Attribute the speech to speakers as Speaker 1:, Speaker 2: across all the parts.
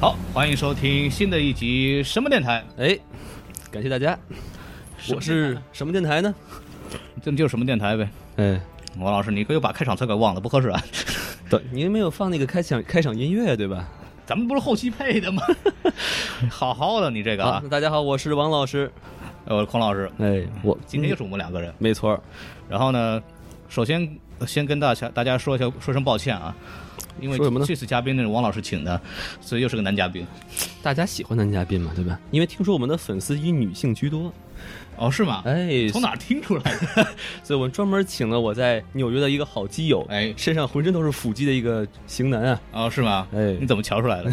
Speaker 1: 好，欢迎收听新的一集什么电台？
Speaker 2: 哎，感谢大家。我是什么电台呢？
Speaker 1: 就就什么电台呗。
Speaker 2: 哎，
Speaker 1: 王老师，你可又把开场词给忘了，不合适啊。
Speaker 2: 对，您没有放那个开场开场音乐对吧？
Speaker 1: 咱们不是后期配的吗？ 好好的，你这个
Speaker 2: 好，
Speaker 1: 啊
Speaker 2: 那，大家好，我是王老师。
Speaker 1: 呃，我是孔老师，
Speaker 2: 哎，我
Speaker 1: 今天又是我们两个人。
Speaker 2: 没错儿，
Speaker 1: 然后呢，首先呃先跟大家大家说一下，说声抱歉啊，因为
Speaker 2: 说什么呢
Speaker 1: 这次嘉宾呢是王老师请的，所以又是个男嘉宾。
Speaker 2: 大家喜欢男嘉宾嘛，对吧？因为听说我们的粉丝以女性居多，
Speaker 1: 哦，是吗？
Speaker 2: 哎，
Speaker 1: 从哪儿听出来 的？
Speaker 2: 所以我专门请了我在纽约的一个好基友，
Speaker 1: 哎
Speaker 2: 身上浑身都是腹肌的一个型男啊，
Speaker 1: 哦，是吗？
Speaker 2: 哎
Speaker 1: 你怎么瞧出 来的？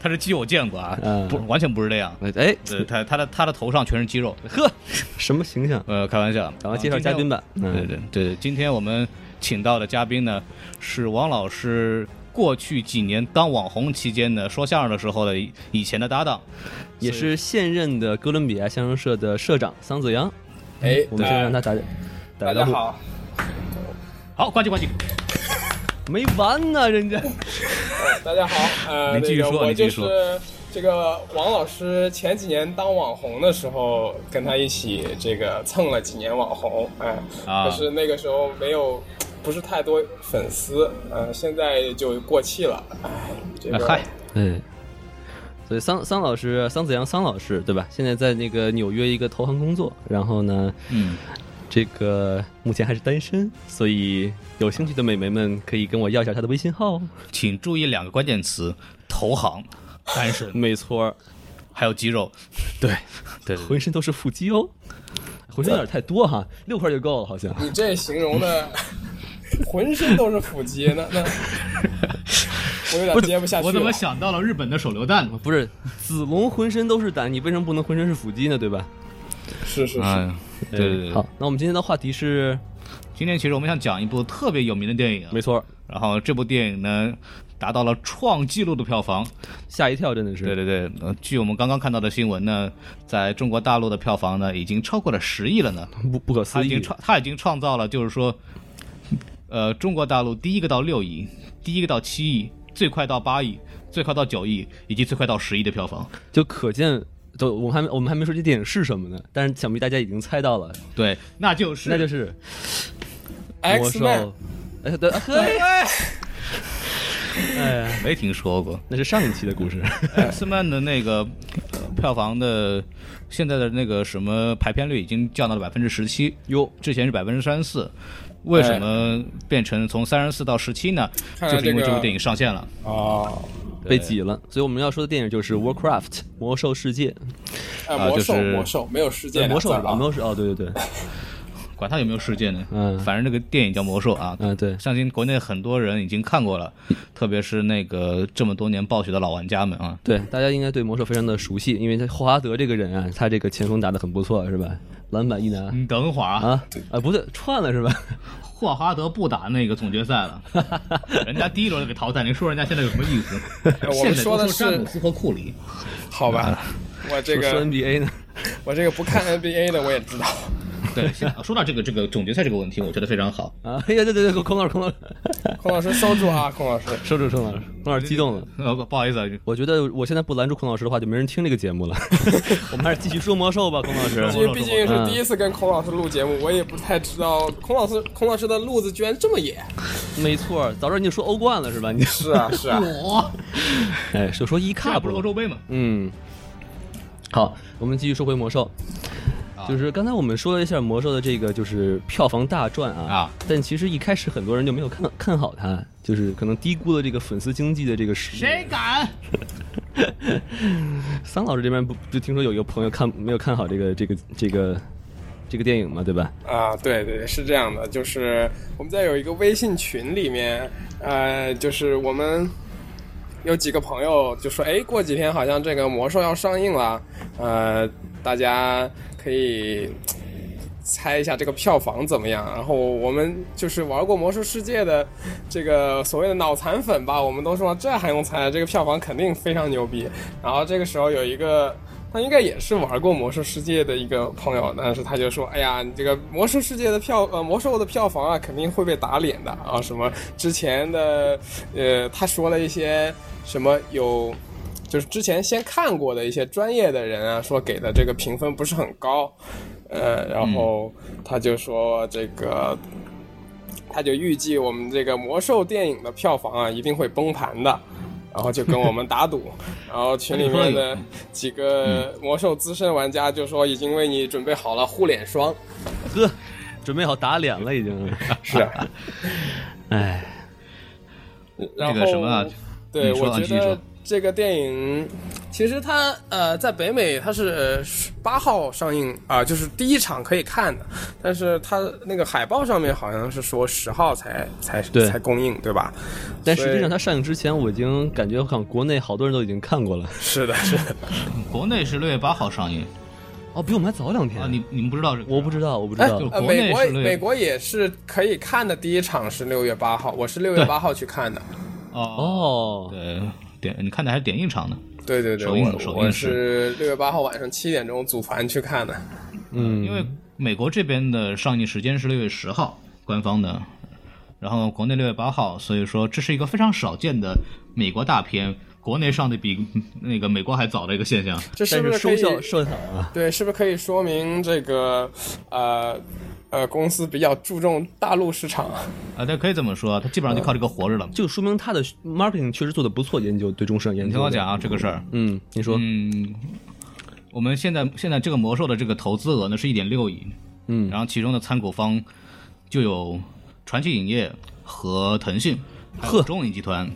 Speaker 1: 他是肌肉我见过啊，
Speaker 2: 嗯
Speaker 1: 不完全不是这样。
Speaker 2: 哎，
Speaker 1: 对他他的他的头上全是肌肉，
Speaker 2: 呵，什么形象？
Speaker 1: 呃，开玩笑。
Speaker 2: 赶快介绍嘉宾吧。
Speaker 1: 啊。今天对
Speaker 2: 嗯，
Speaker 1: 对对对，今天我们请到的嘉宾呢是王老师过去几年当网红期间呢说相声的时候的以以前的搭档，
Speaker 2: 也是现任的哥伦比亚相声社的社长桑子阳，
Speaker 3: 哎，
Speaker 2: 我们先让他打打
Speaker 3: 大
Speaker 2: 个
Speaker 3: 家
Speaker 2: 招呼。
Speaker 3: 好，
Speaker 1: 好，关机关机。
Speaker 2: 没完呢，人家
Speaker 3: 大家好，呃，
Speaker 1: 你继续
Speaker 3: 那个
Speaker 1: 说
Speaker 3: 我
Speaker 1: 你继
Speaker 3: 就
Speaker 1: 续说
Speaker 3: 是这个王老师前几年当网红的时候，跟他一起这个蹭了几年网红，哎、
Speaker 1: 啊
Speaker 3: 可是那个时候没有，不是太多粉丝，呃，现在就过气了，哎，这
Speaker 1: 哎
Speaker 3: 个、
Speaker 1: 嗨，
Speaker 2: 哎。所以桑桑老师，桑子阳桑老师对吧？现在在那个纽约一个投行工作，然后呢，
Speaker 1: 嗯，
Speaker 2: 这个目前还是单身，所以有兴趣的美眉们可以跟我要一下他的微信号哦。
Speaker 1: 请注意两个关键词：投行、单 身，
Speaker 2: 没错儿，
Speaker 1: 还有肌肉。
Speaker 2: 对，
Speaker 1: 对对对
Speaker 2: 浑身都是腹肌哦，浑身有点太多哈，六块就够了好像。
Speaker 3: 你这形容 的浑身都是腹肌，那那我有点接不下去了。
Speaker 1: 我怎么想到了日本的手榴弹呢？
Speaker 2: 不是子龙浑身都是胆，你为什么不能浑身是腹肌呢？对吧？
Speaker 3: 是是是，
Speaker 1: 哎，对对对对
Speaker 2: 好。，那我们今天的话题是，
Speaker 1: 今天其实我们想讲一部特别有名的电影，
Speaker 2: 没错儿，
Speaker 1: 然后这部电影呢达到了创纪录的票房。
Speaker 2: 吓一跳，真的是。
Speaker 1: 对对对，呃，据我们刚刚看到的新闻呢，在中国大陆的票房呢已经超过了十亿了呢。
Speaker 2: 不不可
Speaker 1: 它
Speaker 2: 思
Speaker 1: 已
Speaker 2: 议
Speaker 1: 经，创，它已经创造了，就是说，呃，中国大陆第一个到六亿，第一个到七亿，最快到八亿，最快到九亿，以及最快到十亿的票房。
Speaker 2: 就可见，都我们还没我们还没说这电影是什么呢，但是想必大家已经猜到了，
Speaker 1: 对，那就是
Speaker 2: 那就是魔
Speaker 3: X
Speaker 2: 兽
Speaker 3: Man，。
Speaker 2: 哎，对，嘿，哎呀，
Speaker 1: 没听说 过
Speaker 2: 那是上一期的故事。
Speaker 1: X Man 的那个、呃票房的现在的那个什么排片率已经降到了百分之十七，
Speaker 2: 哟，
Speaker 1: 之前是百分之三十四。为什么变成从三十四到十七呢？
Speaker 3: 看来
Speaker 1: 就是因为
Speaker 3: 这个
Speaker 1: 这部电影上线了。
Speaker 3: 哦，
Speaker 2: 被挤了。所以我们要说的电影就是《Warcraft》魔兽世界，
Speaker 3: 哎，
Speaker 1: 啊
Speaker 3: 魔
Speaker 1: 就
Speaker 3: 兽
Speaker 1: 是呃
Speaker 3: 魔兽没有世界
Speaker 2: 对，魔兽是
Speaker 3: 两字儿
Speaker 2: 吧？
Speaker 3: 啊
Speaker 2: 魔兽哦，对对对，
Speaker 1: 管它有没有世界呢？
Speaker 2: 嗯
Speaker 1: 反正这个电影叫《魔兽》啊，
Speaker 2: 嗯对
Speaker 1: 相信国内很多人已经看过了，特别是那个这么多年暴雪的老玩家们啊。
Speaker 2: 对，大家应该对魔兽非常的熟悉，因为这霍华德这个人啊，他这个前锋打得很不错，是吧？篮板一拿
Speaker 1: 你等会儿啊，
Speaker 2: 啊啊，不对，串了是吧？
Speaker 1: 霍华德不打那个总决赛了，人家第一轮就给淘汰，你说人家现在有什么意思？
Speaker 3: 我
Speaker 1: 现
Speaker 3: 们
Speaker 1: 在
Speaker 3: 说的
Speaker 1: 都
Speaker 3: 是
Speaker 1: 詹姆斯和库里，
Speaker 3: 好吧，
Speaker 1: 啊
Speaker 3: 我 这
Speaker 2: 说
Speaker 3: 个
Speaker 2: NBA 呢？
Speaker 3: 我这个不看 NBA 的我也知道，
Speaker 1: 对。现在说到这个这个总决赛这个问题，我觉得非常好。
Speaker 2: 啊，哎呀，对对对，孔老师，孔 老师，
Speaker 3: 孔老师收住 啊，孔老师，
Speaker 2: 收住，孔老师，孔老师激动了。
Speaker 1: 呃，不好意思啊，
Speaker 2: 我觉得我现在不拦住孔老师的话，就没人听这个节 目了。 我们还是继续说魔兽吧，孔老师。
Speaker 3: 因为毕竟是第一次跟孔老师录节目，我也不太知 道孔老师孔老师的路子居然这么野。
Speaker 2: 没错，早知道你就说欧冠了是吧？你
Speaker 3: 是啊，是啊，
Speaker 1: 我
Speaker 2: 哎，就说一
Speaker 1: 这
Speaker 2: 卡
Speaker 1: 不是欧洲杯吗？
Speaker 2: 嗯，好，我们继续说回魔兽。就是刚才我们说了一下魔兽的这个就是票房大赚啊，
Speaker 1: 啊
Speaker 2: 但其实一开始很多人就没有看看好它，就是可能低估了这个粉丝经济的这个实力。
Speaker 1: 谁敢？
Speaker 2: 桑老师这边不就听说有一个朋友看没有看好这个这个这个这个电影嘛，对吧？
Speaker 3: 啊，对对，是这样的，就是我们在有一个微信群里面，呃，就是我们有几个朋友就说，哎，过几天好像这个魔兽要上映了，呃，大家可以猜一下这个票房怎么样。啊然后我们就是玩过魔兽世界的这个所谓的脑残粉吧，我们都说这还用猜，这个票房肯定非常牛逼。然后这个时候有一个。他应该也是玩过《魔兽世界》的一个朋友，但是他就说：“哎呀，你这个《魔兽世界》的票，呃，《魔兽》的票房啊，肯定会被打脸的啊！什么之前的，呃，他说了一些什么有，就是之前先看过的一些专业的人啊，说给的这个评分不是很高，呃，然后他就说这个。”他就预计我们这个魔兽电影的票房啊一定会崩盘的，然后就跟我们打赌，然后群里面的几个魔兽资深玩家就说已经为你准备好了护脸霜，
Speaker 2: 呵，准备好打脸了已经。
Speaker 3: 是啊，
Speaker 2: 哎，
Speaker 3: 然后
Speaker 1: 这个什么啊
Speaker 3: 对，
Speaker 1: 你说
Speaker 3: 我
Speaker 1: 啊
Speaker 3: 觉
Speaker 1: 继续
Speaker 3: 得
Speaker 1: 说
Speaker 3: 这个电影其实它呃在北美它是八号上映啊、就是第一场可以看的，但是它那个海报上面好像是说十号才才
Speaker 2: 对
Speaker 3: 才公映，对吧？
Speaker 2: 但实际
Speaker 3: 所以
Speaker 2: 上它上映之前，我已经感觉好像国内好多人都已经看过了。
Speaker 3: 是的，是的。
Speaker 1: 国内是六月八号上映
Speaker 2: 哦，比我们还早两天
Speaker 1: 啊，你你们不知道这个？
Speaker 2: 我不知道，我不知道
Speaker 1: 哎。
Speaker 3: 呃，
Speaker 1: 国
Speaker 3: 美
Speaker 1: 内
Speaker 3: 国
Speaker 1: 是六月
Speaker 3: 美国也是可以看的，第一场是六月八号，我是六月八号去看的。
Speaker 1: 哦
Speaker 2: 哦，
Speaker 1: 对点你看的还是点映场呢？
Speaker 3: 对对对，
Speaker 1: 首映
Speaker 3: 我
Speaker 1: 首
Speaker 3: 我
Speaker 1: 映
Speaker 3: 是六月八号晚上七点钟组团去看的。
Speaker 2: 嗯，
Speaker 1: 因为美国这边的上映时间是六月十号，官方的，然后国内六月八号，所以说这是一个非常少见的美国大片，国内上的比那个美国还早的一个现象。
Speaker 3: 这是
Speaker 2: 但是
Speaker 3: 不可
Speaker 2: 收
Speaker 3: 以？
Speaker 2: 效收效啊，
Speaker 3: 对，是不是可以说明这个呃呃公司比较注重大陆市场？
Speaker 1: 啊，对，可以这么说，它基本上就靠这个活着了。
Speaker 2: 就说明它的 marketing 确实做的不错，研究对中市场研
Speaker 1: 你
Speaker 2: 究。
Speaker 1: 听我讲，啊，这个事儿，
Speaker 2: 嗯，你说，
Speaker 1: 嗯，我们现在现在这个魔兽的这个投资额呢是一点六亿，
Speaker 2: 嗯
Speaker 1: 然后其中的参股方就有传奇影业和腾讯，还有中影集团。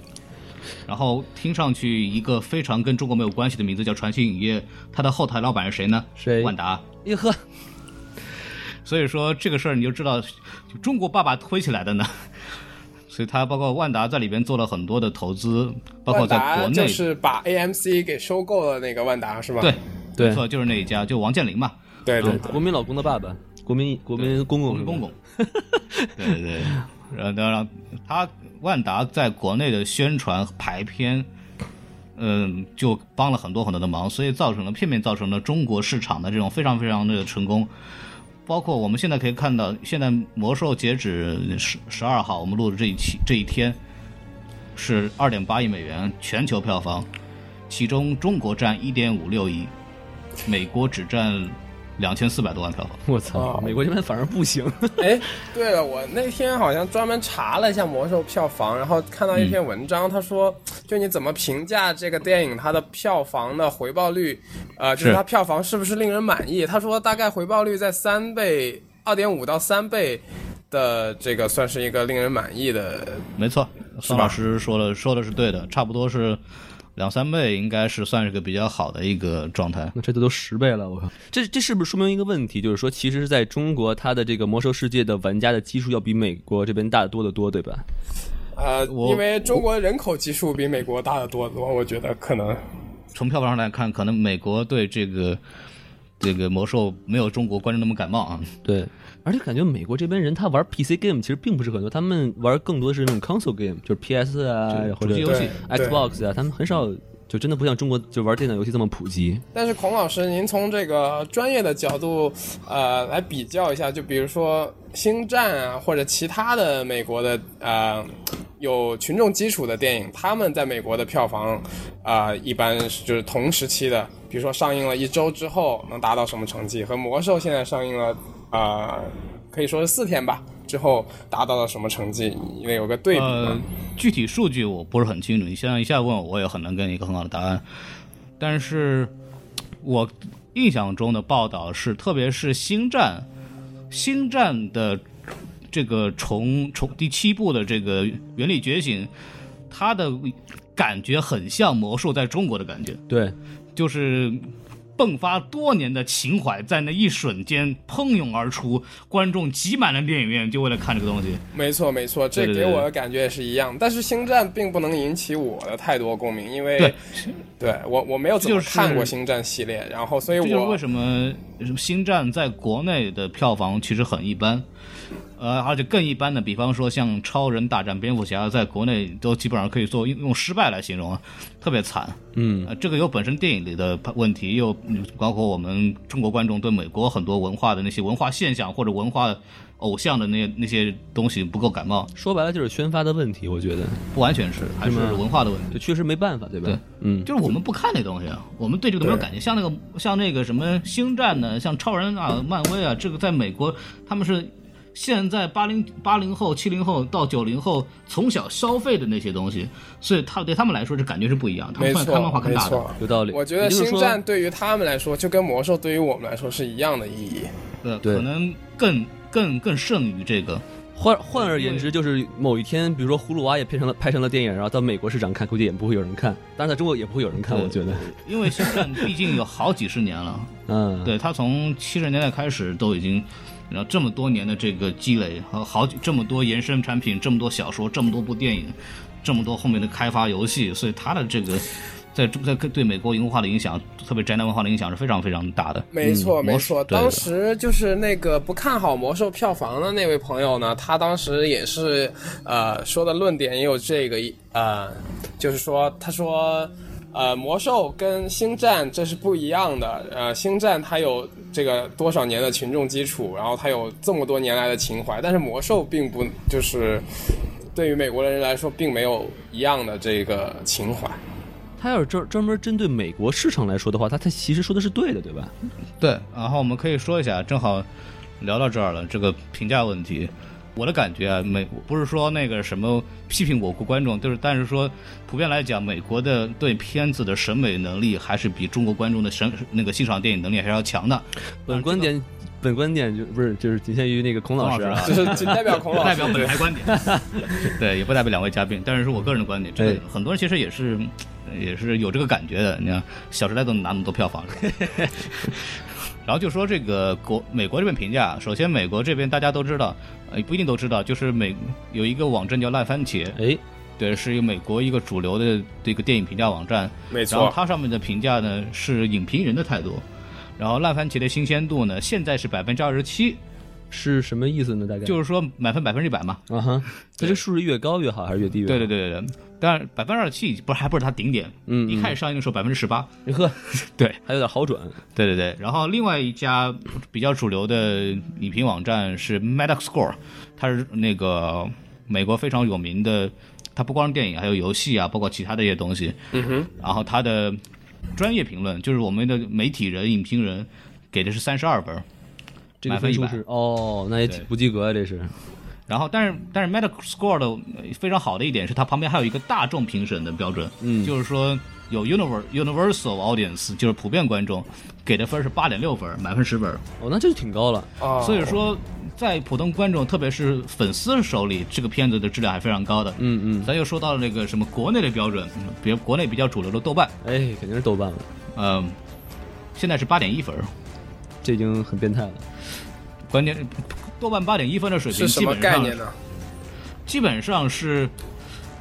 Speaker 1: 然后听上去一个非常跟中国没有关系的名字叫传奇影业，它的后台老板是谁呢？
Speaker 3: 哎
Speaker 2: 谁
Speaker 1: 万达。
Speaker 2: 哟呵，
Speaker 1: 所以说这个事儿你就知道，就中国爸爸推起来的呢。所以它包括万达在里边做了很多的投资，包括
Speaker 3: 万
Speaker 1: 在
Speaker 3: 达
Speaker 1: 国
Speaker 3: 就
Speaker 1: 内
Speaker 3: 是把 AMC 给收购了那个万达是吧？
Speaker 1: 对，
Speaker 2: 对
Speaker 1: 没错，就是那一家，就王健林嘛，
Speaker 3: 对对对
Speaker 2: 国民老公的爸爸，国民国民公公
Speaker 1: 公
Speaker 2: 是吧
Speaker 1: 公公。 对对对，然后当然他万达在国内的宣传排片，嗯，就帮了很多很多的忙，所以造成了片面造成了中国市场的这种非常非常的成功。包括我们现在可以看到，现在魔兽截止十十二号，我们录的这一期这一天是二点八亿美元全球票房，其中中国占一点五六亿，美国只占两千四百多万票房。
Speaker 2: 我操，
Speaker 3: 哦
Speaker 2: 美国这边反而不行。
Speaker 3: 哎，对了，我那天好像专门查了一下魔兽票房，然后看到一
Speaker 1: 嗯
Speaker 3: 篇文章，他说，就你怎么评价这个电影它的票房的回报率，呃，就是
Speaker 1: 是
Speaker 3: 它票房是不是令人满意？他说大概回报率在三倍，二点五到三倍的这个算是一个令人满意的，
Speaker 1: 没错，
Speaker 3: 吧
Speaker 1: 方老师说了说的是对的，差不多是两三倍，应该是算是个比较好的一个状态。
Speaker 2: 那这都十倍了，我靠！这这是不是说明一个问题？就是说，其实是在中国，它的这个魔兽世界的玩家的基数要比美国这边大得多得多，对吧？
Speaker 3: 呃，
Speaker 1: 我
Speaker 3: 因为中国人口基数比美国大得多，我我觉得可能
Speaker 1: 从票房上来看，可能美国对这个这个魔兽没有中国观众那么感冒啊。
Speaker 2: 对，而且感觉美国这边人他玩 PC game 其实并不是很多，他们玩更多的是那种 console game，就是 PS 啊
Speaker 1: 就
Speaker 2: 或
Speaker 1: 主机游
Speaker 2: 者
Speaker 1: 戏
Speaker 3: 对对
Speaker 2: Xbox 啊，他们很少就真的不像中国就玩电脑游戏这么普及。
Speaker 3: 但是孔老师，您从这个专业的角度，呃，来比较一下，就比如说《星战》啊，或者其他的美国的呃有群众基础的电影，他们在美国的票房，啊、一般是就是同时期的，比如说上映了一周之后能达到什么成绩，和《魔兽》现在上映了啊、呃可以说是四天吧，之后达到了什么成绩，因为有个对比
Speaker 1: 呃
Speaker 3: 嘛。，
Speaker 1: 具体数据我不是很清楚，你现在一下问我，我也很难给你一个很好的答案。但是我印象中的报道是，特别是《星战》，《星战》的这个重重第七部的这个原力觉醒，它的感觉很像魔兽在中国的感觉，
Speaker 2: 对，
Speaker 1: 就是迸发多年的情怀在那一瞬间喷涌而出，观众挤满了电影院，就为了看这个东西。
Speaker 3: 没错，没错，这
Speaker 1: 对对
Speaker 3: 给
Speaker 1: 对
Speaker 3: 我的感觉也是一样。但是《星战》并不能引起我的太多共鸣，因为
Speaker 1: 对
Speaker 3: 对我我没有怎么
Speaker 1: 就是
Speaker 3: 看过《星战》系列，然后所以
Speaker 1: 这就是
Speaker 3: 我
Speaker 1: 为什么什么《星战》在国内的票房其实很一般，呃，而且更一般的，比方说像《超人大战蝙蝠侠》，在国内都基本上可以做用用失败来形容啊，特别惨。
Speaker 2: 嗯，
Speaker 1: 呃，这个有本身电影里的问题，又嗯包括我们中国观众对美国很多文化的那些文化现象或者文化偶像的那些那些东西不够感冒，
Speaker 2: 说白了就是宣发的问题，我觉得
Speaker 1: 不完全是还是
Speaker 2: 是吗
Speaker 1: 文化的问题。
Speaker 2: 就确实没办法，对吧？
Speaker 1: 对
Speaker 2: 嗯，
Speaker 1: 就是我们不看那东西，啊，我们对这个都没有感觉。像那个像那个什么星战呢，像超人啊、漫威啊，这个在美国他们是现在八零八零后、七零后到九零后从小消费的那些东西，所以他对他们来说这感觉是不一样。他
Speaker 3: 没
Speaker 1: 们
Speaker 3: 错
Speaker 1: 算看漫画看
Speaker 3: 没
Speaker 1: 大的，
Speaker 3: 错。
Speaker 2: 有道理。
Speaker 3: 我觉得
Speaker 2: 也
Speaker 3: 《
Speaker 2: 就是
Speaker 3: 星
Speaker 2: 说
Speaker 3: 战》对于他们来说，就跟魔兽对于我们来说是一样的意义。
Speaker 1: 对，
Speaker 2: 对
Speaker 1: 呃可能更更更胜于这个。
Speaker 2: 换换而言之，就是某一天，比如说《葫芦娃》也拍成了拍成了电影，然后到美国市场看，估计也不会有人看，当然在中国也不会有人看，
Speaker 1: 对
Speaker 2: 我觉得。
Speaker 1: 因为星战毕竟有好几十年了，
Speaker 2: 嗯，，
Speaker 1: 对他从七十年代开始都已经，然后这么多年的这个积累和好几这么多延伸产品，这么多小说，这么多部电影，这么多后面的开发游戏，所以他的这个在在对美国文化的影响，特别宅男文化的影响是非常非常大的。
Speaker 3: 没错，
Speaker 1: 嗯
Speaker 3: 没
Speaker 1: 魔
Speaker 3: 错。
Speaker 1: 兽对
Speaker 3: 当时就是那个不看好魔兽票房的那位朋友呢，他当时也是呃说的论点也有这个呃，就是说他说。呃，魔兽跟星战这是不一样的。呃，星战它有这个多少年的群众基础，然后它有这么多年来的情怀，但是魔兽并不就是对于美国人来说并没有一样的这个情怀。
Speaker 2: 他要是专专门针对美国市场来说的话，他他其实说的是对的，对吧？
Speaker 1: 对，然后我们可以说一下，正好聊到这儿了，这个评价问题。我的感觉啊，美不是说那个什么批评我国观众，就是但是说普遍来讲，美国的对片子的审美能力还是比中国观众的审那个欣赏电影能力还是要强的。
Speaker 2: 本观点，本观点就不是就是仅限于那个孔老师
Speaker 1: 啊孔老
Speaker 2: 啊
Speaker 1: 师
Speaker 3: 就是仅代表孔
Speaker 1: 不
Speaker 3: 老
Speaker 1: 代
Speaker 3: 师
Speaker 1: 表本台观点， 对，也不代表两位嘉宾，但是是我个人的观点。这个很多人其实也是，也是有这个感觉的。你看，《小时代》都拿那么多票 房，是吧然后就说这个国美国这边评价，首先美国这边大家都知道，呃，不一定都知道，就是美有一个网站叫烂番茄，
Speaker 2: 哎，
Speaker 1: 对，是一个美国一个主流的这个电影评价网站。
Speaker 3: 没
Speaker 1: 然后它上面的评价呢是影评人的态度，然后烂番茄的新鲜度呢现在是百分之二十七，
Speaker 2: 是什么意思呢？大概
Speaker 1: 就是说满分百分之一百嘛。
Speaker 2: 啊哈，那这数字越高越好还是越低越好？
Speaker 1: 对对对对对，但百分之二十七不是还不是它顶点，
Speaker 2: 嗯
Speaker 1: 一开始上映的时候百分之十八，
Speaker 2: 对，呵，
Speaker 1: 对
Speaker 2: 还有点好转。
Speaker 1: 对对对。然后另外一家比较主流的影评网站是 Metascore，它是那个美国非常有名的，它不光是电影，还有游戏啊，包括其他的一些东西。嗯哼。然后它的专业评论就是我们的媒体人、影评人给的是三十二分，
Speaker 2: 这个
Speaker 1: 满分
Speaker 2: 分数
Speaker 1: 100
Speaker 2: 是哦，那也
Speaker 1: 对
Speaker 2: 不及格啊，这是。
Speaker 1: 然后，但是但是 Metascore 的呃非常好的一点是，它旁边还有一个大众评审的标准，嗯，就是说有 universal universal audience，就是普遍观众给的分是八点六分，满分十分。
Speaker 2: 哦，那这就挺高了。
Speaker 3: 哦
Speaker 1: 所以说，在普通观众特别是粉丝手里，这个片子的质量还非常高的。
Speaker 2: 嗯嗯，
Speaker 1: 咱又说到了那个什么国内的标准，嗯比如国内比较主流的豆瓣，
Speaker 2: 哎，肯定是豆瓣了，
Speaker 1: 嗯、现在是八点一分，
Speaker 2: 这已经很变态了。
Speaker 1: 关键豆瓣八点一分的水平
Speaker 3: 是什
Speaker 1: 基
Speaker 3: 么
Speaker 1: 本
Speaker 3: 概
Speaker 1: 上
Speaker 3: 念呢？
Speaker 1: 基本上是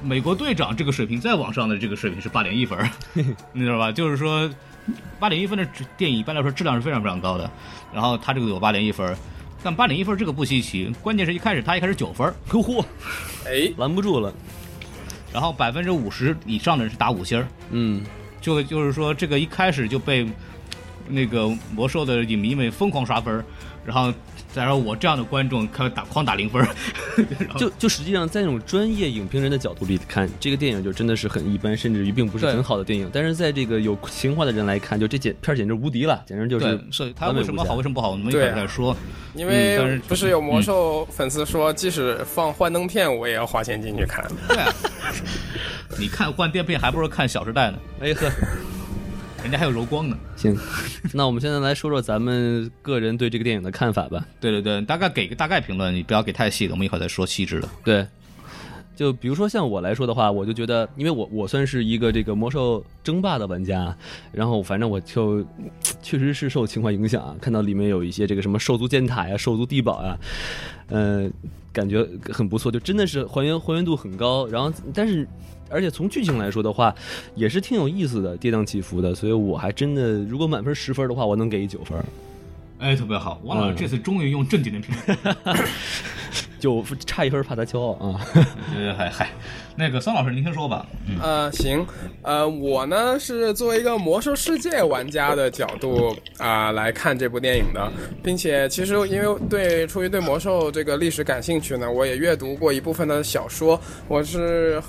Speaker 1: 美国队长这个水平再往上的这个水平是八点一分 儿，你知道吧？就是说八点一分的电影一般来说质量是非常非常高的，然后他这个有八点一分儿，但八点一分儿这个不稀奇，关键是一开始他一开始九分儿，
Speaker 2: 呵嚯，
Speaker 3: 哎，
Speaker 2: 拦不住了。
Speaker 1: 然后百分之五十以上的人是打五星儿，
Speaker 2: 嗯，
Speaker 1: 就就是说这个一开始就被那个魔兽的影迷们疯狂刷分儿，然后再说我这样的观众开始打狂打零分儿，
Speaker 2: 就就实际上，在那种专业影评人的角度里看，这个电影就真的是很一般，甚至于并不是
Speaker 1: 对
Speaker 2: 很好的电影。但是在这个有情怀的人来看，就这简片儿简直无敌了，简直就是
Speaker 1: 对，所以他
Speaker 2: 完美
Speaker 1: 为
Speaker 2: 无
Speaker 1: 什么好
Speaker 2: 瑕
Speaker 1: 为什么不好，我们一会
Speaker 3: 对
Speaker 1: 儿
Speaker 3: 啊
Speaker 1: 再说。
Speaker 3: 因
Speaker 1: 嗯但
Speaker 3: 为
Speaker 1: 是
Speaker 3: 不是有魔兽粉丝说，即使放幻灯片，我也要花钱进去看。
Speaker 1: 对啊， 你看换电片还不如看《小时代》呢，
Speaker 2: 哎 呵，
Speaker 1: 人家还有柔光呢。
Speaker 2: 行，那我们现在来说说咱们个人对这个电影的看法吧。
Speaker 1: 对对对，大概给个大概评论，你不要给太细的，我们一会儿再说细致的。
Speaker 2: 对，就比如说像我来说的话，我就觉得，因为我我算是一个这个魔兽争霸的玩家，啊然后反正我就确实是受情怀影响啊，看到里面有一些这个什么兽族尖塔呀、兽族地堡呀，呃，感觉很不错，就真的是还原还原度很高。然后，但是而且从剧情来说的话，也是挺有意思的，跌宕起伏的。所以我还真的，如果满分十分的话，我能给一九分。
Speaker 1: 哎，特别好，王老师这次终于用正经的评 价，
Speaker 2: 就差一分怕他骄傲啊。
Speaker 1: 呃嗨嗨，那个桑老师您先说吧。
Speaker 3: 嗯、呃，行，呃，我呢是作为一个魔兽世界玩家的角度啊、呃、来看这部电影的，并且其实因为对出于对魔兽这个历史感兴趣呢，我也阅读过一部分的小说，我是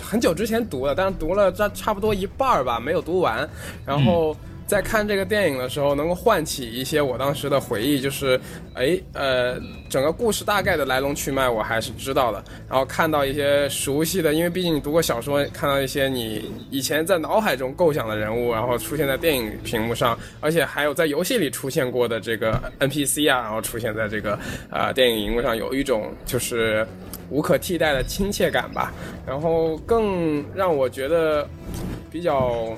Speaker 3: 很久之前读的，但是读了差差不多一半儿吧，没有读完，然后。
Speaker 1: 嗯
Speaker 3: 在看这个电影的时候，能够唤起一些我当时的回忆，就是，哎，呃，整个故事大概的来龙去脉我还是知道的。然后看到一些熟悉的，因为毕竟你读过小说，看到一些你以前在脑海中构想的人物，然后出现在电影屏幕上，而且还有在游戏里出现过的这个 NPC 啊，然后出现在这个呃电影荧幕上，有一种就是无可替代的亲切感吧。然后更让我觉得比较。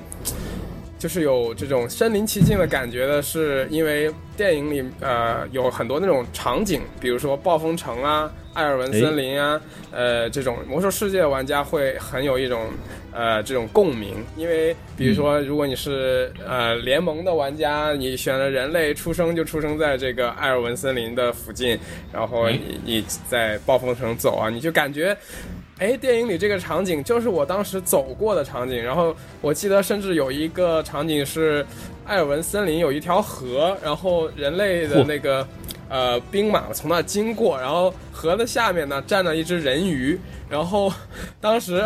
Speaker 3: 就是有这种身临其境的感觉的，是因为电影里呃有很多那种场景，比如说暴风城啊、艾尔文森林啊，呃这种魔兽世界的玩家会很有一种呃这种共鸣，因为比如说如果你是呃联盟的玩家，你选了人类出生就出生在这个艾尔文森林的附近，然后你你在暴风城走啊，你就感觉。哎，电影里这个场景就是我当时走过的场景，然后我记得甚至有一个场景是艾尔文森林有一条河，然后人类的那个呃兵马从那经过，然后河的下面呢站着一只人鱼，然后当时